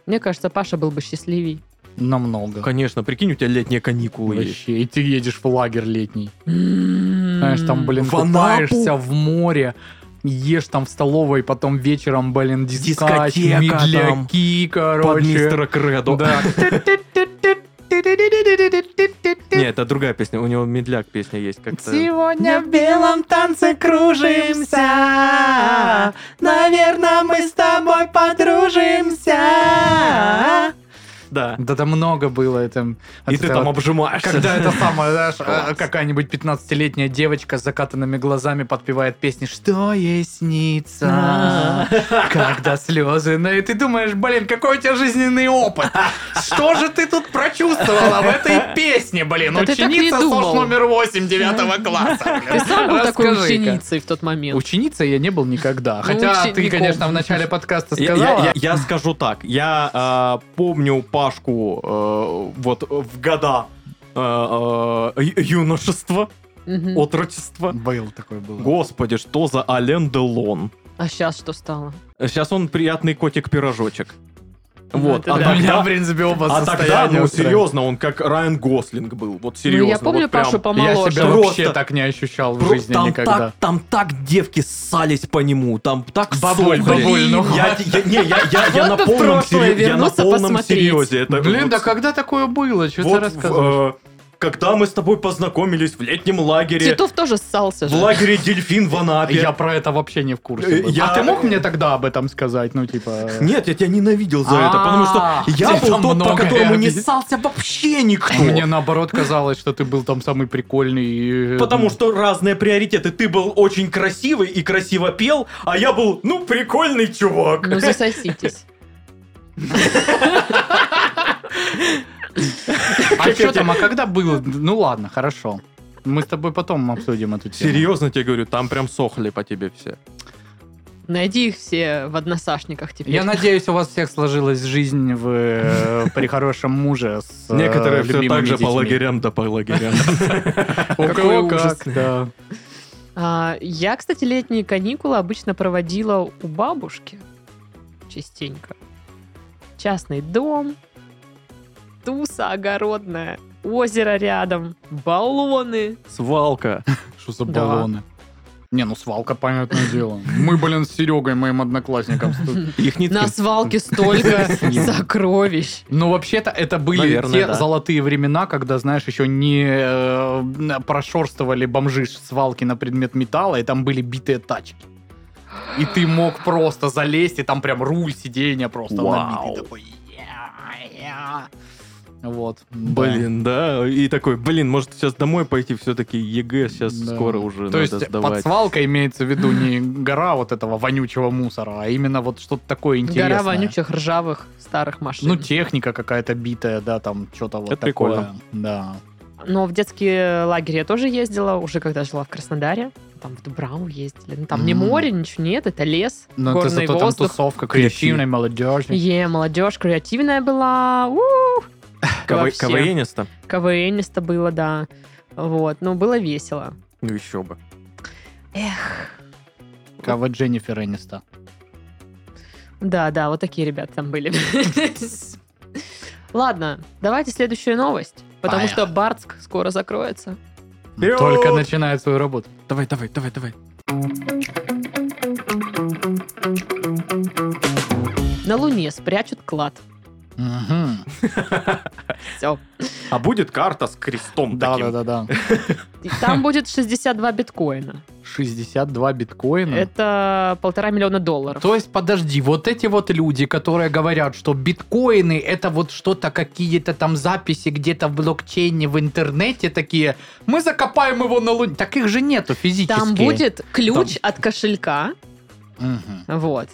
[SPEAKER 1] Мне кажется, Паша был бы счастливей.
[SPEAKER 3] Намного.
[SPEAKER 2] Конечно, прикинь, у тебя летние каникулы есть.
[SPEAKER 3] Вообще, и ты едешь в лагерь летний. Знаешь,
[SPEAKER 1] Знаешь,
[SPEAKER 3] там, блин,
[SPEAKER 2] В Анапу?
[SPEAKER 3] купаешься в море, ешь там в столовой, потом вечером, блин, дискач,
[SPEAKER 2] Дискотека
[SPEAKER 3] медляки,
[SPEAKER 2] Под
[SPEAKER 3] короче.
[SPEAKER 2] мистера Кредо.
[SPEAKER 3] Да.
[SPEAKER 2] Нет, это другая песня, у него медляк песня есть как-то.
[SPEAKER 3] Сегодня
[SPEAKER 5] В белом танце кружимся, Наверное, мы с тобой подружимся.
[SPEAKER 2] Да.
[SPEAKER 3] Да там много было. и Там,
[SPEAKER 2] И
[SPEAKER 3] от
[SPEAKER 2] А ты
[SPEAKER 3] этого-
[SPEAKER 2] там обжимаешься.
[SPEAKER 3] Когда это самое, знаешь, э,
[SPEAKER 2] Класс.
[SPEAKER 3] какая-нибудь 15-летняя девочка с закатанными глазами подпевает песни «Что ей снится,
[SPEAKER 1] А.
[SPEAKER 3] когда слезы...» на-» И ты думаешь, блин, какой у тебя жизненный опыт? Что же ты тут прочувствовала в этой песне, блин?
[SPEAKER 1] Да ты так не
[SPEAKER 3] Ученица СОЖ
[SPEAKER 1] думал.
[SPEAKER 3] номер 8 9 класса.
[SPEAKER 1] Ты сам был такой
[SPEAKER 3] Расскажи-ка.
[SPEAKER 1] ученицей в тот момент.
[SPEAKER 3] Ученицей я не был никогда.
[SPEAKER 1] Ну,
[SPEAKER 3] Хотя ты,
[SPEAKER 1] учеником.
[SPEAKER 3] конечно, в начале подкаста
[SPEAKER 2] Я, я-
[SPEAKER 3] сказала...
[SPEAKER 2] я- я скажу так. Я а, помню Пашку э, вот в года а, а, ю- юношества,
[SPEAKER 1] Мгм.
[SPEAKER 2] отрочества.
[SPEAKER 3] Был такой был.
[SPEAKER 2] Господи, что за Ален Делон?
[SPEAKER 1] А сейчас что стало?
[SPEAKER 2] Сейчас он приятный котик-пирожочек. Вот.
[SPEAKER 1] Ну, это
[SPEAKER 2] а
[SPEAKER 1] да.
[SPEAKER 3] А у меня,
[SPEAKER 2] тогда-
[SPEAKER 3] в принципе, оба
[SPEAKER 2] А тогда,
[SPEAKER 3] состояния
[SPEAKER 2] ну,
[SPEAKER 3] устраивают.
[SPEAKER 2] серьезно, он как Райан Гослинг был. Вот серьезно.
[SPEAKER 1] ну, я помню
[SPEAKER 2] вот прям
[SPEAKER 1] Пашу
[SPEAKER 3] Я
[SPEAKER 1] помоложе.
[SPEAKER 3] себя
[SPEAKER 2] Просто-
[SPEAKER 3] вообще так не ощущал в
[SPEAKER 2] Про-
[SPEAKER 3] жизни
[SPEAKER 2] там
[SPEAKER 3] никогда.
[SPEAKER 2] Так, там так девки ссались по нему, там так
[SPEAKER 3] Бабуль,
[SPEAKER 2] ссохли.
[SPEAKER 3] бабуль, ну
[SPEAKER 2] я, я- не, я, я- я
[SPEAKER 1] Вот
[SPEAKER 2] на
[SPEAKER 1] бы в
[SPEAKER 2] полном,
[SPEAKER 1] прошлое
[SPEAKER 2] серьезе, я на
[SPEAKER 1] вернуться
[SPEAKER 2] полном
[SPEAKER 1] посмотреть.
[SPEAKER 2] серьезе. Это
[SPEAKER 3] Блин,
[SPEAKER 2] вот-
[SPEAKER 3] да когда такое было? Что ты
[SPEAKER 2] вот,
[SPEAKER 3] рассказываешь?
[SPEAKER 2] э, когда мы с тобой познакомились в летнем лагере,
[SPEAKER 1] Титов тоже ссался
[SPEAKER 2] в
[SPEAKER 1] же.
[SPEAKER 2] лагере «Дельфин» в Анапе.
[SPEAKER 3] Я про это вообще не в
[SPEAKER 2] Э,
[SPEAKER 3] курсе. был.
[SPEAKER 2] я-
[SPEAKER 3] А ты мог мне тогда об этом сказать? Ну, типа...
[SPEAKER 2] Нет, я тебя ненавидел за это, потому что
[SPEAKER 3] А,
[SPEAKER 2] я
[SPEAKER 3] тебя
[SPEAKER 2] был тот, по
[SPEAKER 3] много
[SPEAKER 2] которому не
[SPEAKER 3] обидел.
[SPEAKER 2] ссался вообще никто.
[SPEAKER 3] Мне наоборот казалось, что ты был там самый прикольный. э,
[SPEAKER 2] Потому что разные приоритеты. Ты был очень красивый и красиво пел, а я был, ну, прикольный чувак.
[SPEAKER 1] Ну, засоситесь.
[SPEAKER 3] А что там, а когда было? Ну ладно, хорошо. Мы с тобой потом обсудим эту тему.
[SPEAKER 2] Серьезно тебе говорю, там прям сохли по тебе все.
[SPEAKER 1] Найди их все в односашниках теперь.
[SPEAKER 3] Я надеюсь, у вас всех сложилась жизнь в э, при хорошем муже с э,
[SPEAKER 2] Некоторые все
[SPEAKER 3] любимыми
[SPEAKER 2] так же по
[SPEAKER 3] детьми.
[SPEAKER 2] лагерям да по лагерям.
[SPEAKER 3] У
[SPEAKER 1] Какой
[SPEAKER 3] кого
[SPEAKER 1] ужас.
[SPEAKER 3] как, да.
[SPEAKER 1] А, я, кстати, летние каникулы обычно проводила у бабушки. Частенько. Частный дом, туса огородная, озеро рядом, баллоны.
[SPEAKER 2] Свалка.
[SPEAKER 3] Что за
[SPEAKER 1] Да.
[SPEAKER 3] баллоны? Не, ну свалка, понятное дело. Мы, блин, с Серегой, моим одноклассником. с-
[SPEAKER 2] Их не
[SPEAKER 1] На свалке столько сокровищ.
[SPEAKER 3] Ну, вообще-то, это были
[SPEAKER 2] Наверное,
[SPEAKER 3] те
[SPEAKER 2] да.
[SPEAKER 3] золотые времена, когда, знаешь, еще не э, прошерстывали бомжи свалки на предмет металла, и там были битые тачки. И ты мог просто залезть, и там прям руль сиденья просто
[SPEAKER 2] Вау.
[SPEAKER 3] набитый такой. «Я-я». Вот. да.
[SPEAKER 2] Блин, да. И такой, блин, может сейчас домой пойти, все-таки ЕГЭ сейчас
[SPEAKER 3] Да.
[SPEAKER 2] скоро уже
[SPEAKER 3] То
[SPEAKER 2] надо
[SPEAKER 3] есть под
[SPEAKER 2] сдавать.
[SPEAKER 3] свалкой имеется в виду не гора вот этого вонючего мусора, а именно вот что-то такое интересное.
[SPEAKER 1] Гора вонючих ржавых старых машин.
[SPEAKER 3] Ну, техника какая-то битая, да, там что-то вот
[SPEAKER 2] Это
[SPEAKER 3] такое.
[SPEAKER 2] прикольно.
[SPEAKER 3] Да.
[SPEAKER 1] Но в детские лагеря я тоже ездила, уже когда жила в Краснодаре. Там в Дубраву ездили. Ну, там не
[SPEAKER 3] М.
[SPEAKER 1] море, ничего нет, это лес,
[SPEAKER 3] Но Ну, это
[SPEAKER 1] горный
[SPEAKER 3] зато там
[SPEAKER 1] воздух.
[SPEAKER 3] тусовка
[SPEAKER 2] Клещи.
[SPEAKER 3] креативной молодежи.
[SPEAKER 1] Е, молодежь креативная была. у
[SPEAKER 2] Кавай-
[SPEAKER 1] вообще.
[SPEAKER 2] Кавайенисто?
[SPEAKER 1] КВНисто было, да. Вот, ну, было весело.
[SPEAKER 2] Ну еще бы.
[SPEAKER 1] Эх.
[SPEAKER 3] Кава А Дженнифер Эниста.
[SPEAKER 1] Да, да, вот такие ребята там были. Ладно, давайте следующую новость. Потому
[SPEAKER 3] Поехали.
[SPEAKER 1] что Бартск скоро закроется.
[SPEAKER 2] Вперед!
[SPEAKER 3] Только начинает свою работу.
[SPEAKER 2] Давай, давай, давай, давай.
[SPEAKER 1] На Луне спрячут клад.
[SPEAKER 3] Мгм.
[SPEAKER 1] Все.
[SPEAKER 2] А будет карта с крестом таким.
[SPEAKER 3] Да-да-да-да.
[SPEAKER 1] Там будет 62 биткоина.
[SPEAKER 3] 62 биткоина.
[SPEAKER 1] Это полтора миллиона долларов.
[SPEAKER 3] То есть, подожди, вот эти вот люди, которые говорят, что биткоины это вот что-то, какие-то там записи где-то в блокчейне, в интернете такие, мы закопаем его на луне. Так их же нету физически.
[SPEAKER 1] Там будет ключ от кошелька.
[SPEAKER 3] Мгм.
[SPEAKER 1] Вот.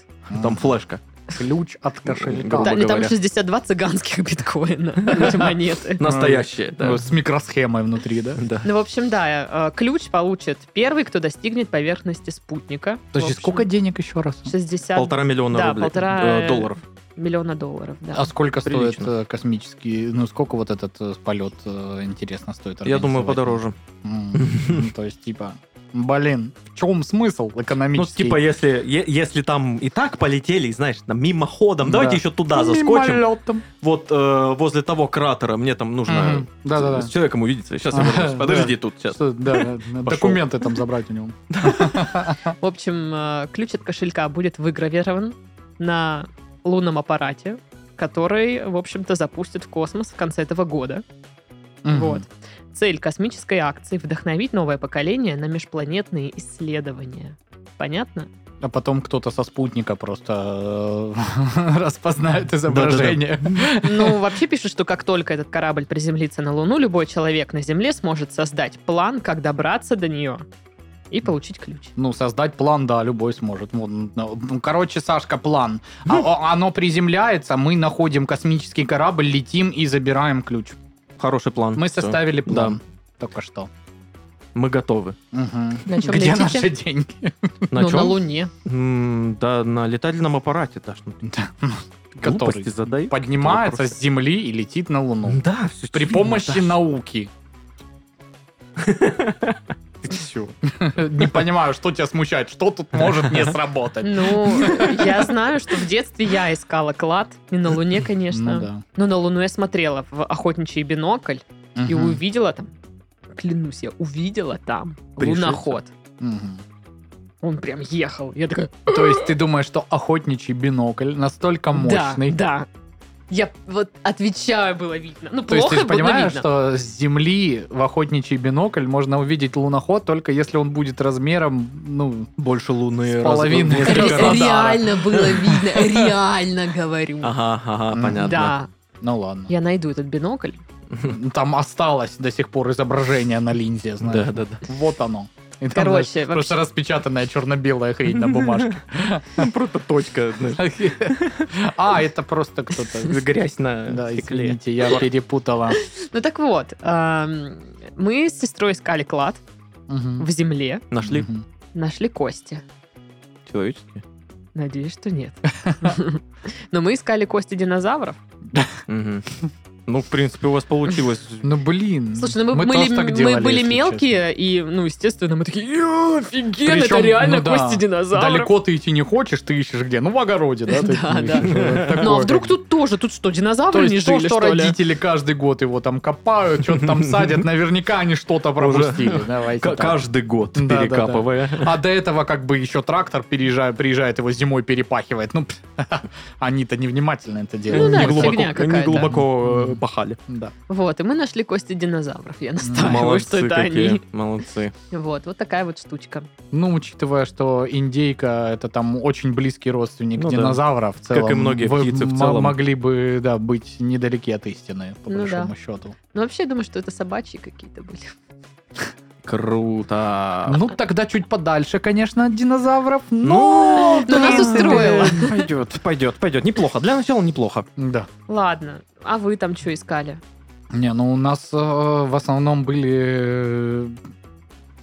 [SPEAKER 2] Там флешка.
[SPEAKER 3] ключ от кошелька.
[SPEAKER 2] Грубо
[SPEAKER 1] Та- Там
[SPEAKER 2] говоря.
[SPEAKER 1] 62 цыганских биткоина. Эти монеты.
[SPEAKER 2] Настоящая, да.
[SPEAKER 3] Вот С микросхемой внутри, да?
[SPEAKER 2] Да.
[SPEAKER 1] Ну, в общем, да, э, ключ получит первый, кто достигнет поверхности спутника.
[SPEAKER 3] То
[SPEAKER 1] В
[SPEAKER 3] есть
[SPEAKER 1] общем,
[SPEAKER 3] сколько денег еще раз?
[SPEAKER 1] 60
[SPEAKER 2] Полтора миллиона
[SPEAKER 1] Да,
[SPEAKER 2] рублей.
[SPEAKER 1] полтора,
[SPEAKER 2] Э, долларов.
[SPEAKER 1] миллиона долларов, да.
[SPEAKER 3] А сколько
[SPEAKER 2] Прилично.
[SPEAKER 3] стоит э, космический, ну сколько вот этот э, полет, э, интересно, стоит?
[SPEAKER 2] Я думаю,
[SPEAKER 3] организовать?
[SPEAKER 2] подороже.
[SPEAKER 3] М, ну, То есть, типа, блин, в чем смысл
[SPEAKER 2] Ну,
[SPEAKER 3] экономический?
[SPEAKER 2] типа, если, е- если там и так полетели, знаешь, там мимоходом, давайте
[SPEAKER 3] Да.
[SPEAKER 2] еще туда заскочим.
[SPEAKER 3] Мимолетом.
[SPEAKER 2] Вот э, возле того кратера мне там нужно
[SPEAKER 3] Мгм. Да-да-да.
[SPEAKER 2] с человеком увидеться. Сейчас я вернусь.
[SPEAKER 3] Да.
[SPEAKER 2] Подожди тут сейчас.
[SPEAKER 3] Что, да, да,
[SPEAKER 2] Пошел.
[SPEAKER 3] документы там забрать у него.
[SPEAKER 1] В общем, э, ключ от кошелька будет выгравирован на лунном аппарате, который, в общем-то, запустят в космос в конце этого года.
[SPEAKER 3] Мгм.
[SPEAKER 1] Вот. Цель космической акции — вдохновить новое поколение на межпланетные исследования. Понятно?
[SPEAKER 3] а потом кто-то со спутника просто э, распознает изображение.
[SPEAKER 1] Ну, вообще пишут, что как только этот корабль приземлится на Луну, любой человек на Земле сможет создать план, как добраться до нее и получить ключ.
[SPEAKER 3] Ну, создать план, да, любой сможет. Ну, ну, Короче, Сашка, план. А-
[SPEAKER 2] Ну.
[SPEAKER 3] о- Оно приземляется, мы находим космический корабль, летим и забираем ключ.
[SPEAKER 2] Хороший план.
[SPEAKER 3] Мы
[SPEAKER 2] Всё.
[SPEAKER 3] составили план. Только что.
[SPEAKER 2] Мы готовы.
[SPEAKER 3] Мгм.
[SPEAKER 1] На чем
[SPEAKER 3] Где
[SPEAKER 1] летите?
[SPEAKER 3] наши деньги?
[SPEAKER 2] На
[SPEAKER 1] ну,
[SPEAKER 2] чём?
[SPEAKER 1] на Луне.
[SPEAKER 2] М, Да, на летательном аппарате, Даш. ну ты
[SPEAKER 3] Да.
[SPEAKER 2] Глупости
[SPEAKER 3] Который
[SPEAKER 2] задай.
[SPEAKER 3] поднимается
[SPEAKER 2] Просто. Ну,
[SPEAKER 3] с Земли и летит на Луну.
[SPEAKER 2] Да, все
[SPEAKER 3] При помощи науки. Не понимаю, что тебя смущает, что тут может не сработать.
[SPEAKER 1] Ну, я знаю, что в детстве я искала клад. Не на Луне, конечно.
[SPEAKER 3] Ну да.
[SPEAKER 1] Но на Луну я смотрела в охотничий бинокль и
[SPEAKER 3] Мгм.
[SPEAKER 1] увидела там, клянусь, я увидела там
[SPEAKER 2] Пришельца?
[SPEAKER 1] луноход.
[SPEAKER 3] Мгм.
[SPEAKER 1] Он прям ехал. Я такая,
[SPEAKER 3] То есть ты думаешь, что охотничий бинокль настолько мощный,
[SPEAKER 1] Да, да. Я вот отвечаю, было видно. Ну,
[SPEAKER 3] То есть
[SPEAKER 1] плохо
[SPEAKER 3] ты же
[SPEAKER 1] было
[SPEAKER 3] понимаешь,
[SPEAKER 1] видно.
[SPEAKER 3] что с Земли в охотничий бинокль можно увидеть луноход, только если он будет размером, ну,
[SPEAKER 2] Больше луны.
[SPEAKER 3] С половиной.
[SPEAKER 2] раза в
[SPEAKER 3] Ре-
[SPEAKER 2] несколько раз.
[SPEAKER 1] Реально было видно, реально говорю.
[SPEAKER 3] А,
[SPEAKER 2] Ага, ага,
[SPEAKER 3] М,
[SPEAKER 2] понятно.
[SPEAKER 1] Да,
[SPEAKER 3] ну ладно. Ну,
[SPEAKER 1] я найду этот бинокль.
[SPEAKER 3] Там осталось до сих пор изображение на линзе, знаешь.
[SPEAKER 2] Да, да, да.
[SPEAKER 3] Вот оно. И там,
[SPEAKER 1] Короче,
[SPEAKER 3] знаешь,
[SPEAKER 1] вообще-
[SPEAKER 3] просто распечатанная черно-белая хрень на бумажке.
[SPEAKER 2] Просто точка, знаешь,
[SPEAKER 3] А, это просто кто-то...
[SPEAKER 2] грязь на
[SPEAKER 3] Да,
[SPEAKER 2] стекле.
[SPEAKER 3] извините, я перепутала.
[SPEAKER 1] Ну так вот, эм, мы с сестрой искали клад
[SPEAKER 3] Мгм.
[SPEAKER 1] в земле,
[SPEAKER 2] Нашли
[SPEAKER 3] Мгм.
[SPEAKER 1] нашли кости.
[SPEAKER 2] человеческие?
[SPEAKER 1] Надеюсь, что нет. Но мы искали кости динозавров.
[SPEAKER 2] Мгм. Ну, в принципе, у вас получилось.
[SPEAKER 3] Ну, блин.
[SPEAKER 1] Слушай, ну мы,
[SPEAKER 3] тоже
[SPEAKER 1] были,
[SPEAKER 3] так
[SPEAKER 1] мы
[SPEAKER 3] делали,
[SPEAKER 1] были
[SPEAKER 3] если честно.
[SPEAKER 1] мелкие, и, ну, естественно, мы такие, «Ё, офигенно,
[SPEAKER 3] Причем,
[SPEAKER 1] это реально
[SPEAKER 3] ну да,
[SPEAKER 1] кости динозавров.
[SPEAKER 3] Далеко ты идти не хочешь, ты ищешь где? Ну, в огороде, да? ты
[SPEAKER 1] Да,
[SPEAKER 3] ищешь.
[SPEAKER 1] да.
[SPEAKER 3] Вот такое
[SPEAKER 1] Ну а вдруг
[SPEAKER 3] как бы.
[SPEAKER 1] тут тоже, тут что,
[SPEAKER 3] То
[SPEAKER 1] динозавры не
[SPEAKER 3] есть то,
[SPEAKER 1] жили,
[SPEAKER 3] что
[SPEAKER 1] что ли?
[SPEAKER 3] родители каждый год его там копают, что-то там садят, наверняка они что-то пропустили. Давайте
[SPEAKER 2] К-
[SPEAKER 3] так.
[SPEAKER 2] Каждый год
[SPEAKER 3] Да, да, да.
[SPEAKER 2] перекапывая.
[SPEAKER 3] А до этого как бы еще трактор переезжает, приезжает, его зимой перепахивает. Ну, пф, они-то невнимательно это
[SPEAKER 1] Ну
[SPEAKER 3] делают.
[SPEAKER 1] да,
[SPEAKER 2] не
[SPEAKER 1] это
[SPEAKER 2] глубоко,
[SPEAKER 1] фигня какая-то.
[SPEAKER 2] не глубоко э,
[SPEAKER 3] Мгм.
[SPEAKER 2] пахали.
[SPEAKER 3] Да.
[SPEAKER 1] Вот, и мы нашли кости динозавров. Я
[SPEAKER 3] Ну,
[SPEAKER 1] настаиваю, что
[SPEAKER 2] Молодцы
[SPEAKER 1] это
[SPEAKER 2] какие,
[SPEAKER 1] они.
[SPEAKER 2] молодцы.
[SPEAKER 1] Вот, вот такая вот штучка.
[SPEAKER 3] Ну, учитывая, что индейка это там очень близкий родственник
[SPEAKER 2] Ну да.
[SPEAKER 3] динозавра в целом.
[SPEAKER 2] и многие
[SPEAKER 3] вы
[SPEAKER 2] птицы в
[SPEAKER 3] м-
[SPEAKER 2] целом.
[SPEAKER 3] могли бы, да, быть недалеки от истины, по
[SPEAKER 1] Ну
[SPEAKER 3] большому
[SPEAKER 1] да.
[SPEAKER 3] счету.
[SPEAKER 1] Ну вообще, я думаю, что это собачьи какие-то были.
[SPEAKER 2] Круто.
[SPEAKER 3] Ну, тогда чуть подальше, конечно, от динозавров, но...
[SPEAKER 1] Ну, нас устроило.
[SPEAKER 2] Пойдет, пойдет, пойдет. Неплохо. Для начала неплохо.
[SPEAKER 3] Да.
[SPEAKER 1] Ладно, а вы там что искали?
[SPEAKER 3] Не, ну у нас э, в основном были... э,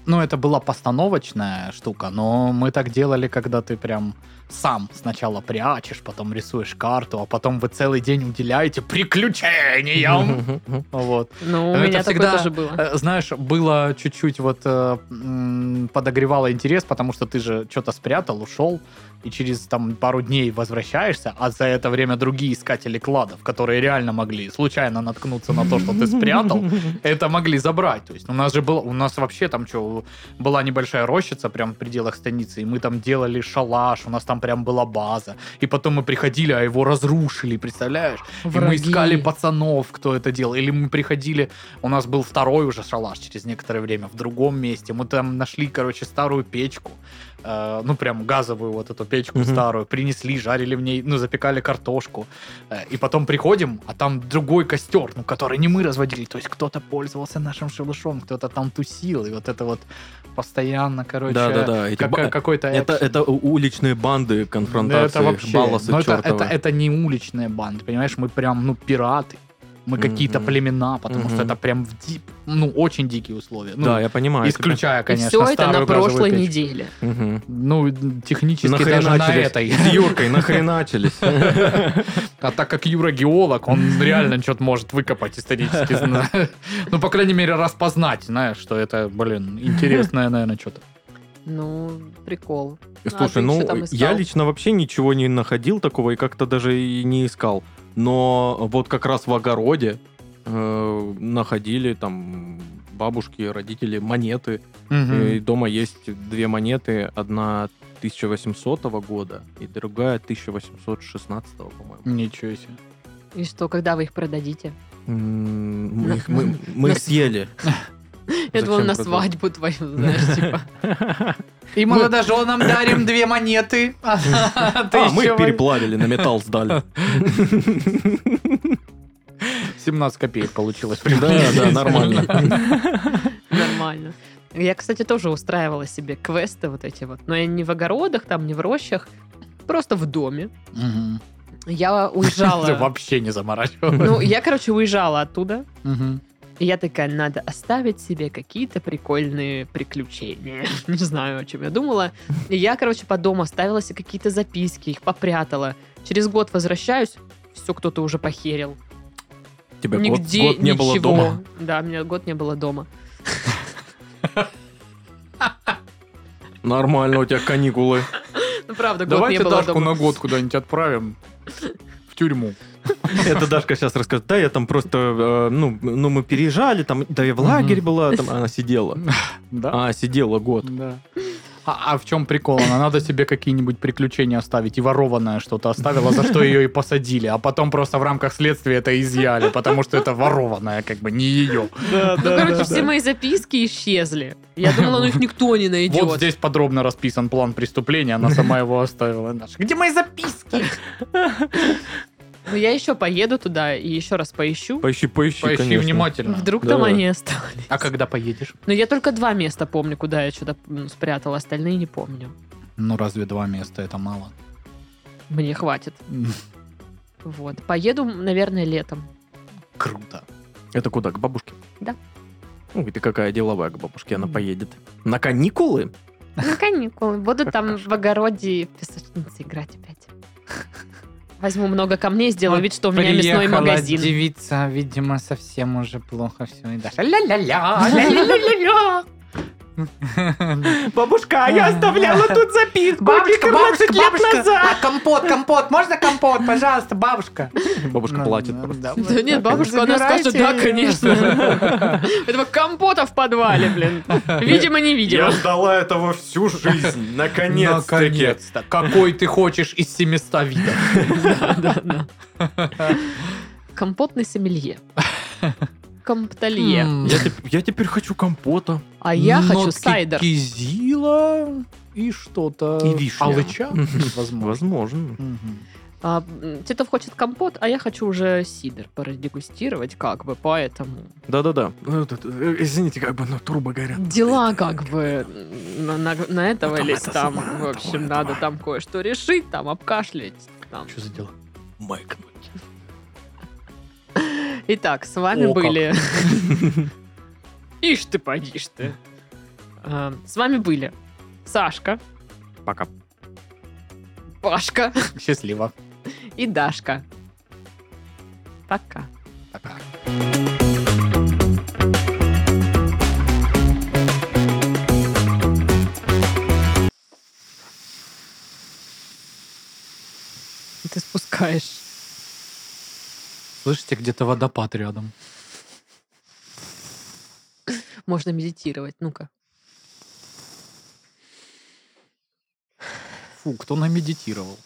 [SPEAKER 3] Ну, это была постановочная штука, но мы так делали, когда ты прям сам сначала прячешь, потом рисуешь карту, а потом вы целый день уделяете приключениям. Вот.
[SPEAKER 1] Ну, у
[SPEAKER 3] Это
[SPEAKER 1] меня такое
[SPEAKER 3] всегда-
[SPEAKER 1] тоже было.
[SPEAKER 3] Э, Знаешь, было чуть-чуть вот э, м, подогревало интерес, потому что ты же что-то спрятал, ушел, и через там пару дней возвращаешься, а за это время другие искатели кладов, которые реально могли случайно наткнуться на то, что ты спрятал, это могли забрать. То есть у нас же было, у нас вообще там что, была небольшая рощица прям в пределах станицы, и мы там делали шалаш, у нас там прям была база. И потом мы приходили, а его разрушили, представляешь? И мы
[SPEAKER 1] Враги.
[SPEAKER 3] искали пацанов, кто это делал. Или мы приходили, у нас был второй уже шалаш через некоторое время в другом месте. Мы там нашли, короче, старую печку. Э, ну, прям газовую вот эту печку
[SPEAKER 2] Мгм.
[SPEAKER 3] старую. Принесли, жарили в ней, ну, запекали картошку. Э, и потом приходим, а там другой костер, ну, который не мы разводили. То есть кто-то пользовался нашим шалашом, кто-то там тусил. И вот это вот постоянно, короче...
[SPEAKER 2] Да, да, да.
[SPEAKER 3] как- какой-то
[SPEAKER 2] Это,
[SPEAKER 3] экшен.
[SPEAKER 2] это у- уличные банды конфронтации.
[SPEAKER 3] Это вообще.
[SPEAKER 2] Балласы
[SPEAKER 3] ну, это,
[SPEAKER 2] чертовы.
[SPEAKER 3] это, это не уличная банда, понимаешь? Мы прям, ну, пираты. Мы
[SPEAKER 2] Мгм.
[SPEAKER 3] какие-то племена, потому что
[SPEAKER 2] Мгм.
[SPEAKER 3] это прям в дип, ну, очень дикие условия. Ну,
[SPEAKER 2] да, я понимаю.
[SPEAKER 3] исключая,
[SPEAKER 1] И
[SPEAKER 3] конечно,
[SPEAKER 1] все это на
[SPEAKER 3] старую газовую
[SPEAKER 1] прошлой
[SPEAKER 3] печь.
[SPEAKER 1] неделе.
[SPEAKER 2] тебя. Мгм.
[SPEAKER 3] Ну, технически даже на этой.
[SPEAKER 2] Нахреначились. С Юркой нахреначились.
[SPEAKER 3] А так как Юра геолог, он реально что-то может выкопать исторически. зна- Ну, по крайней мере, распознать, знаешь, что это, блин, интересное, наверное, что-то.
[SPEAKER 1] Ну, прикол. А
[SPEAKER 2] Слушай,
[SPEAKER 1] ты чё
[SPEAKER 2] ну,
[SPEAKER 1] там искал?
[SPEAKER 2] я лично вообще ничего не находил такого и как-то даже и не искал. Но вот как раз в огороде э, находили там бабушки, родители монеты. И дома есть две монеты. Одна 1800 года и другая 1816, по-моему.
[SPEAKER 3] Ничего себе.
[SPEAKER 1] И что, когда вы их продадите?
[SPEAKER 2] М, Мы
[SPEAKER 1] На-
[SPEAKER 2] их, мы, мы их съели.
[SPEAKER 1] Я думала,
[SPEAKER 2] Зачем
[SPEAKER 1] на
[SPEAKER 2] продолжать?
[SPEAKER 1] свадьбу твою, знаешь, типа.
[SPEAKER 3] И молодоженам дарим две монеты. А ты
[SPEAKER 2] А, мы
[SPEAKER 3] ещё
[SPEAKER 2] их
[SPEAKER 3] возьми.
[SPEAKER 2] переплавили, на металл сдали.
[SPEAKER 3] 17 копеек получилось.
[SPEAKER 2] Да, да, нормально.
[SPEAKER 1] Нормально. Я, кстати, тоже устраивала себе квесты вот эти вот. Но я не в огородах, там, не в рощах. Просто в доме.
[SPEAKER 3] Мгм.
[SPEAKER 1] Я
[SPEAKER 3] Ты
[SPEAKER 1] уезжала.
[SPEAKER 3] вообще не заморачивалась.
[SPEAKER 1] Ну, я, короче, уезжала оттуда.
[SPEAKER 3] Мгм.
[SPEAKER 1] И я такая, надо оставить себе какие-то прикольные приключения. Не знаю, о чем я думала. И я, короче, по дому оставила себе какие-то записки, их попрятала. Через год возвращаюсь, все кто-то уже похерил.
[SPEAKER 2] Тебя год
[SPEAKER 1] Нигде
[SPEAKER 2] год не было
[SPEAKER 1] ничего.
[SPEAKER 2] дома.
[SPEAKER 1] Да, у меня год не было дома.
[SPEAKER 2] Нормально, у тебя каникулы.
[SPEAKER 1] Ну, правда, год не
[SPEAKER 3] Давайте
[SPEAKER 1] было
[SPEAKER 3] Дашку
[SPEAKER 1] дома.
[SPEAKER 3] на год куда-нибудь отправим в тюрьму.
[SPEAKER 2] Это Дашка сейчас расскажет. Да, я там просто, э, ну, ну, мы переезжали, там, да, я в лагерь
[SPEAKER 3] Мгм.
[SPEAKER 2] была, там, она сидела.
[SPEAKER 3] Да.
[SPEAKER 2] А, сидела год.
[SPEAKER 3] Да. А, а в чем прикол? Она надо себе какие-нибудь приключения оставить. И ворованное что-то оставила, за что ее и посадили. А потом просто в рамках следствия это изъяли, потому что это ворованное, как бы не ее.
[SPEAKER 2] Да,
[SPEAKER 1] Ну, короче, все мои записки исчезли. Я думала, ну их никто не найдет.
[SPEAKER 3] Вот здесь подробно расписан план преступления, она сама его оставила. Даша, Где мои записки?
[SPEAKER 1] Но я еще поеду туда и еще раз поищу.
[SPEAKER 2] Поищи, поищи,
[SPEAKER 3] Поищи
[SPEAKER 2] конечно.
[SPEAKER 3] внимательно.
[SPEAKER 1] Вдруг там
[SPEAKER 2] Давай.
[SPEAKER 1] они остались.
[SPEAKER 3] А когда поедешь?
[SPEAKER 1] Но я только два места помню, куда я что-то м, спрятала, остальные не помню.
[SPEAKER 3] Ну, разве два места, это мало.
[SPEAKER 1] Мне хватит. Вот. Поеду, наверное, летом.
[SPEAKER 3] Круто.
[SPEAKER 2] Это куда, к бабушке?
[SPEAKER 1] Да.
[SPEAKER 2] Ну, ты какая деловая к бабушке, она
[SPEAKER 1] Мгм.
[SPEAKER 2] поедет. На каникулы?
[SPEAKER 1] На каникулы. Буду там в огороде в песочнице играть опять. Возьму много камней, сделаю вид, что у меня мясной магазин.
[SPEAKER 3] девица, видимо, совсем уже плохо все. И Даша,
[SPEAKER 1] Ля-ля-ля-ля-ля.
[SPEAKER 2] Бабушка, а я оставляла тут записку
[SPEAKER 3] а компот, компот, можно компот, пожалуйста, бабушка? Ну,
[SPEAKER 2] Бабушка платит просто.
[SPEAKER 1] Да нет, бабушка, она скажет, да, конечно. Этого компота в подвале, блин. Видимо, не
[SPEAKER 4] Я
[SPEAKER 1] видела.
[SPEAKER 4] ждала этого всю жизнь, наконец-таки.
[SPEAKER 3] Наконец-то. Какой ты хочешь из 700 видов?
[SPEAKER 1] Компотный сомелье. Комптолье.
[SPEAKER 2] Я теп- Я теперь хочу компота.
[SPEAKER 1] А я хочу
[SPEAKER 3] Нотки
[SPEAKER 1] сайдер.
[SPEAKER 3] кизила и что-то...
[SPEAKER 2] И вишня.
[SPEAKER 3] Алыча, возможно.
[SPEAKER 2] Возможно.
[SPEAKER 3] Мгм.
[SPEAKER 1] А, м, Титов хочет компот, а я хочу уже сидр продегустировать, как бы, поэтому...
[SPEAKER 2] Да-да-да. Ну, тут, э, Извините, как бы, но турбо горят.
[SPEAKER 1] Дела как бы на, на- на этого
[SPEAKER 2] Ну, давай,
[SPEAKER 1] лезть там,
[SPEAKER 2] давай,
[SPEAKER 1] в общем,
[SPEAKER 2] давай,
[SPEAKER 1] надо
[SPEAKER 2] давай.
[SPEAKER 1] там кое-что решить, там обкашлять. Там.
[SPEAKER 3] Что за дело?
[SPEAKER 2] Майкнуть.
[SPEAKER 1] Итак, с вами
[SPEAKER 3] О, как.
[SPEAKER 1] были... Ишь ты, подишь ты. А, С вами были Сашка,
[SPEAKER 2] Пока.
[SPEAKER 1] Пашка
[SPEAKER 3] Счастливо.
[SPEAKER 1] и Дашка. Пока.
[SPEAKER 3] Пока.
[SPEAKER 1] Ты спускаешь.
[SPEAKER 3] Слышите, где-то водопад рядом.
[SPEAKER 1] Можно медитировать, ну-ка.
[SPEAKER 3] Фу, кто намедитировал?